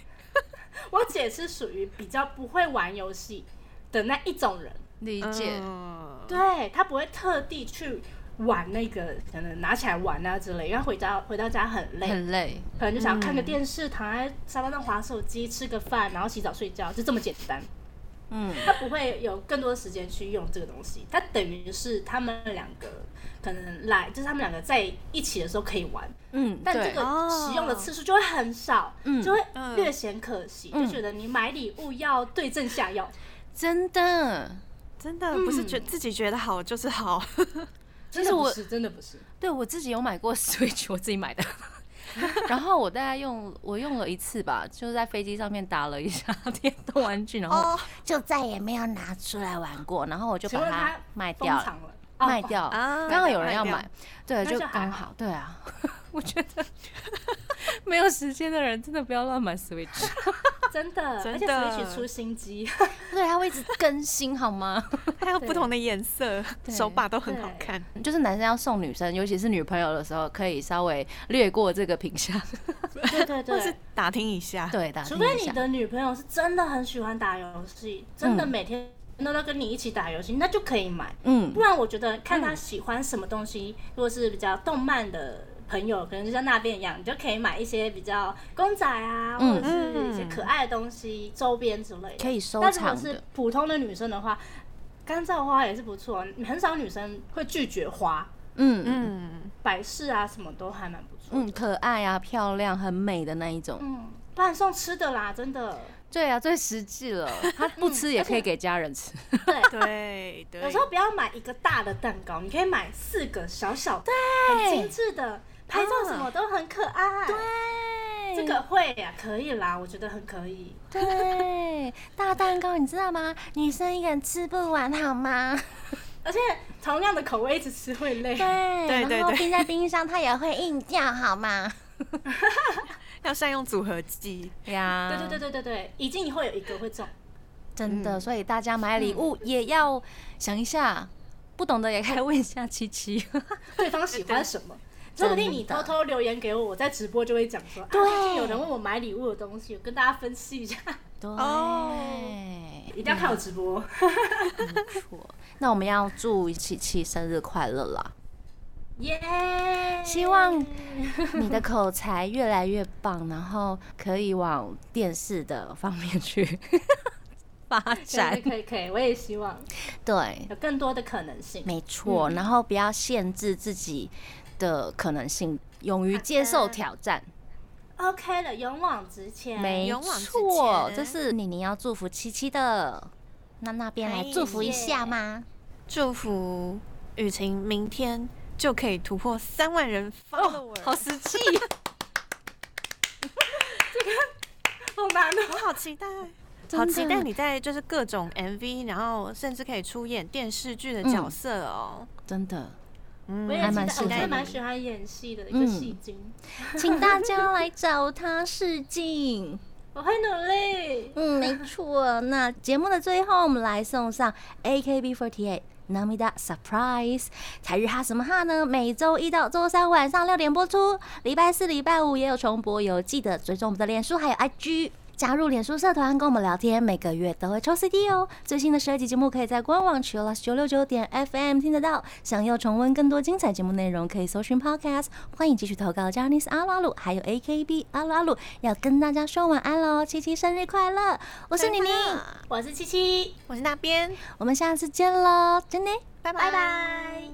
Speaker 2: 我姐是属于比较不会玩游戏的那一种人，
Speaker 1: 理解。
Speaker 3: 嗯
Speaker 2: 对她不会特地去玩那个，可能拿起来玩啊之类，因为回家回到家很累，
Speaker 1: 很累，
Speaker 2: 可能就想看个电视，躺在沙发上划手机，吃个饭，然后洗澡睡觉，就这么简单。
Speaker 1: 嗯，
Speaker 2: 她不会有更多时间去用这个东西，她等于是他们两个可能来，就是他们两个在一起的时候可以玩，
Speaker 1: 嗯，
Speaker 2: 但
Speaker 1: 对
Speaker 2: 这个使用的次数就会很少，
Speaker 1: 嗯
Speaker 2: 就会
Speaker 3: 嗯
Speaker 2: 略显可惜，就觉得你买礼物要对症下药。
Speaker 1: 真的，
Speaker 3: 真的不是觉自己觉得好就是好，
Speaker 2: 真
Speaker 1: 的不
Speaker 2: 是，真的不是。
Speaker 1: 对我自己有买过 Switch，我自己 买的。然后我大概用我用了一次吧，就是在飞机上面打了一下电动玩具，然后
Speaker 3: 哦
Speaker 1: 就再也没有拿出来玩过。然后我就
Speaker 2: 请
Speaker 1: 把
Speaker 2: 问
Speaker 1: 它
Speaker 2: 他
Speaker 1: 卖
Speaker 2: 封
Speaker 1: 掉了，
Speaker 2: 藏了，哦
Speaker 1: 卖。掉。
Speaker 3: 啊
Speaker 1: 刚好有人要
Speaker 3: 卖
Speaker 1: 买
Speaker 3: 掉，
Speaker 1: 对，
Speaker 2: 那
Speaker 1: 就
Speaker 2: 就还
Speaker 1: 刚
Speaker 2: 好
Speaker 1: 好，对啊。 我觉得没有时间的人真的不要乱买 Switch，
Speaker 2: 哦真的，
Speaker 3: 真
Speaker 2: 而且
Speaker 3: 的
Speaker 2: Switch 出新机，
Speaker 1: 对，它会一直更新好吗？
Speaker 3: 还有不同的颜色，
Speaker 1: 对
Speaker 3: 手把都很好
Speaker 2: 对
Speaker 3: 看。
Speaker 1: 就是男生要送女生，尤其是女朋友的时候，可以稍微略过这个品 相。
Speaker 2: 对对
Speaker 3: 或是。打听一下，
Speaker 1: 对的，
Speaker 2: 除
Speaker 1: 听
Speaker 2: 非
Speaker 1: 一
Speaker 2: 你
Speaker 1: 下
Speaker 2: 的女朋友是真的很喜欢打游戏，真的
Speaker 1: 嗯
Speaker 2: 每天都在跟你一起打游戏，那就可以买。
Speaker 1: 嗯
Speaker 2: 不然我觉得看她喜欢什么东西，如果是比较动漫的朋友，可能就像那边一样，你就可以买一些比较公仔啊，
Speaker 1: 嗯
Speaker 2: 或者是一些可爱的东西、周边之类的。
Speaker 1: 可以收
Speaker 2: 但如果
Speaker 1: 藏
Speaker 2: 是
Speaker 1: 的，
Speaker 2: 普通的女生的话，干燥花也是不错，很少女生会拒绝花，
Speaker 1: 嗯嗯
Speaker 3: 嗯，
Speaker 2: 摆饰啊什么都还蛮不错
Speaker 1: 嗯，
Speaker 2: 的。
Speaker 1: 可爱啊，漂亮，很美的那一种。
Speaker 2: 嗯，不然送吃的啦，真的。
Speaker 1: 对啊，最实际 了，他不吃也可以给家人吃。
Speaker 2: 对，
Speaker 3: 对对。
Speaker 2: 有时候不要买一个大的蛋糕，你可以买四个小小的，很精致的，拍照什么都很可爱。
Speaker 1: 哎
Speaker 2: 对，这个会呀、可以啦，我觉得很可以。
Speaker 1: 对，大蛋糕你知道吗？女生一个人吃不完好吗？
Speaker 2: 而且同样的口味一直吃会累。
Speaker 1: 对
Speaker 3: 对对
Speaker 1: 然后
Speaker 3: 对
Speaker 1: 冰在冰箱它也会硬掉好吗？
Speaker 3: 要善用组合技，
Speaker 1: 呀，
Speaker 2: 对对对，对对对，一定会有一个会中。
Speaker 1: 真的，所以大家买礼物
Speaker 2: 嗯
Speaker 1: 也要想一下，不懂的也可以问一下七七。
Speaker 2: 对方喜欢什么。
Speaker 1: 真的
Speaker 2: 说不定你偷偷留言给我，我在直播就会讲说，啊，最近有人问我买礼物的东西，我跟大家分析一下，
Speaker 1: 对，
Speaker 3: 哦
Speaker 2: 一定要看我直播。
Speaker 1: 没错。那我们要祝七七生日快乐啦！
Speaker 2: 耶！
Speaker 1: 希望你的口才越来越棒，然后可以往电视的方面 去发
Speaker 2: 可以
Speaker 1: 展。
Speaker 2: 可以可以，我也希望
Speaker 1: 对，
Speaker 2: 有更多的可能性。
Speaker 1: 没错。然后不要限制自己的可能性，勇于接受挑战。
Speaker 2: OK 了，勇往直前。
Speaker 1: 没
Speaker 3: 勇往直
Speaker 1: 错，
Speaker 3: 前
Speaker 1: 这是妮妮要祝福七七的。那那边来
Speaker 3: 哎
Speaker 1: 祝福一下
Speaker 2: 耶
Speaker 1: 吗？
Speaker 3: 祝福雨晴明天就可以突破三万人 follower，、
Speaker 1: 实际。
Speaker 2: 好难哦。
Speaker 3: 我好期待，好期待你在就是各种 MV，然后甚至可以出演电视剧的角色哦。
Speaker 1: 真的，
Speaker 3: 嗯，
Speaker 2: 我也
Speaker 1: 还
Speaker 2: 期
Speaker 1: 蛮
Speaker 2: 待，
Speaker 1: 适
Speaker 2: 我
Speaker 1: 合
Speaker 2: 真的
Speaker 1: 你
Speaker 2: 蛮喜欢演戏的一
Speaker 1: 嗯
Speaker 2: 个戏精，
Speaker 1: 请大家来找他试镜。
Speaker 2: 我会努力。
Speaker 1: 嗯，没错。那节目的最后，我们来送上 AKB48
Speaker 5: Namida Surprise。台日哈什么哈呢？每周一到周三晚上六点播出，礼拜四、礼拜五也有重播哟。记得追踪我们的脸书还有 IG。加入脸书社团跟我们聊天，每个月都会抽 CD 哦。最新的十二集节目可以在官网 c h i l l s 九六九点 FM 听得到。想要重温更多精彩节目内容，可以搜寻 Podcast。欢迎继续投稿 j a n i c e 阿鲁阿鲁，还有 AKB 阿鲁阿鲁，要跟大家说晚安喽！七七生日快乐！我是宁宁，
Speaker 1: 嗯
Speaker 2: 我是七七，
Speaker 3: 我是那边，
Speaker 5: 我们下次见喽，真的。
Speaker 3: 拜拜拜。
Speaker 2: 拜。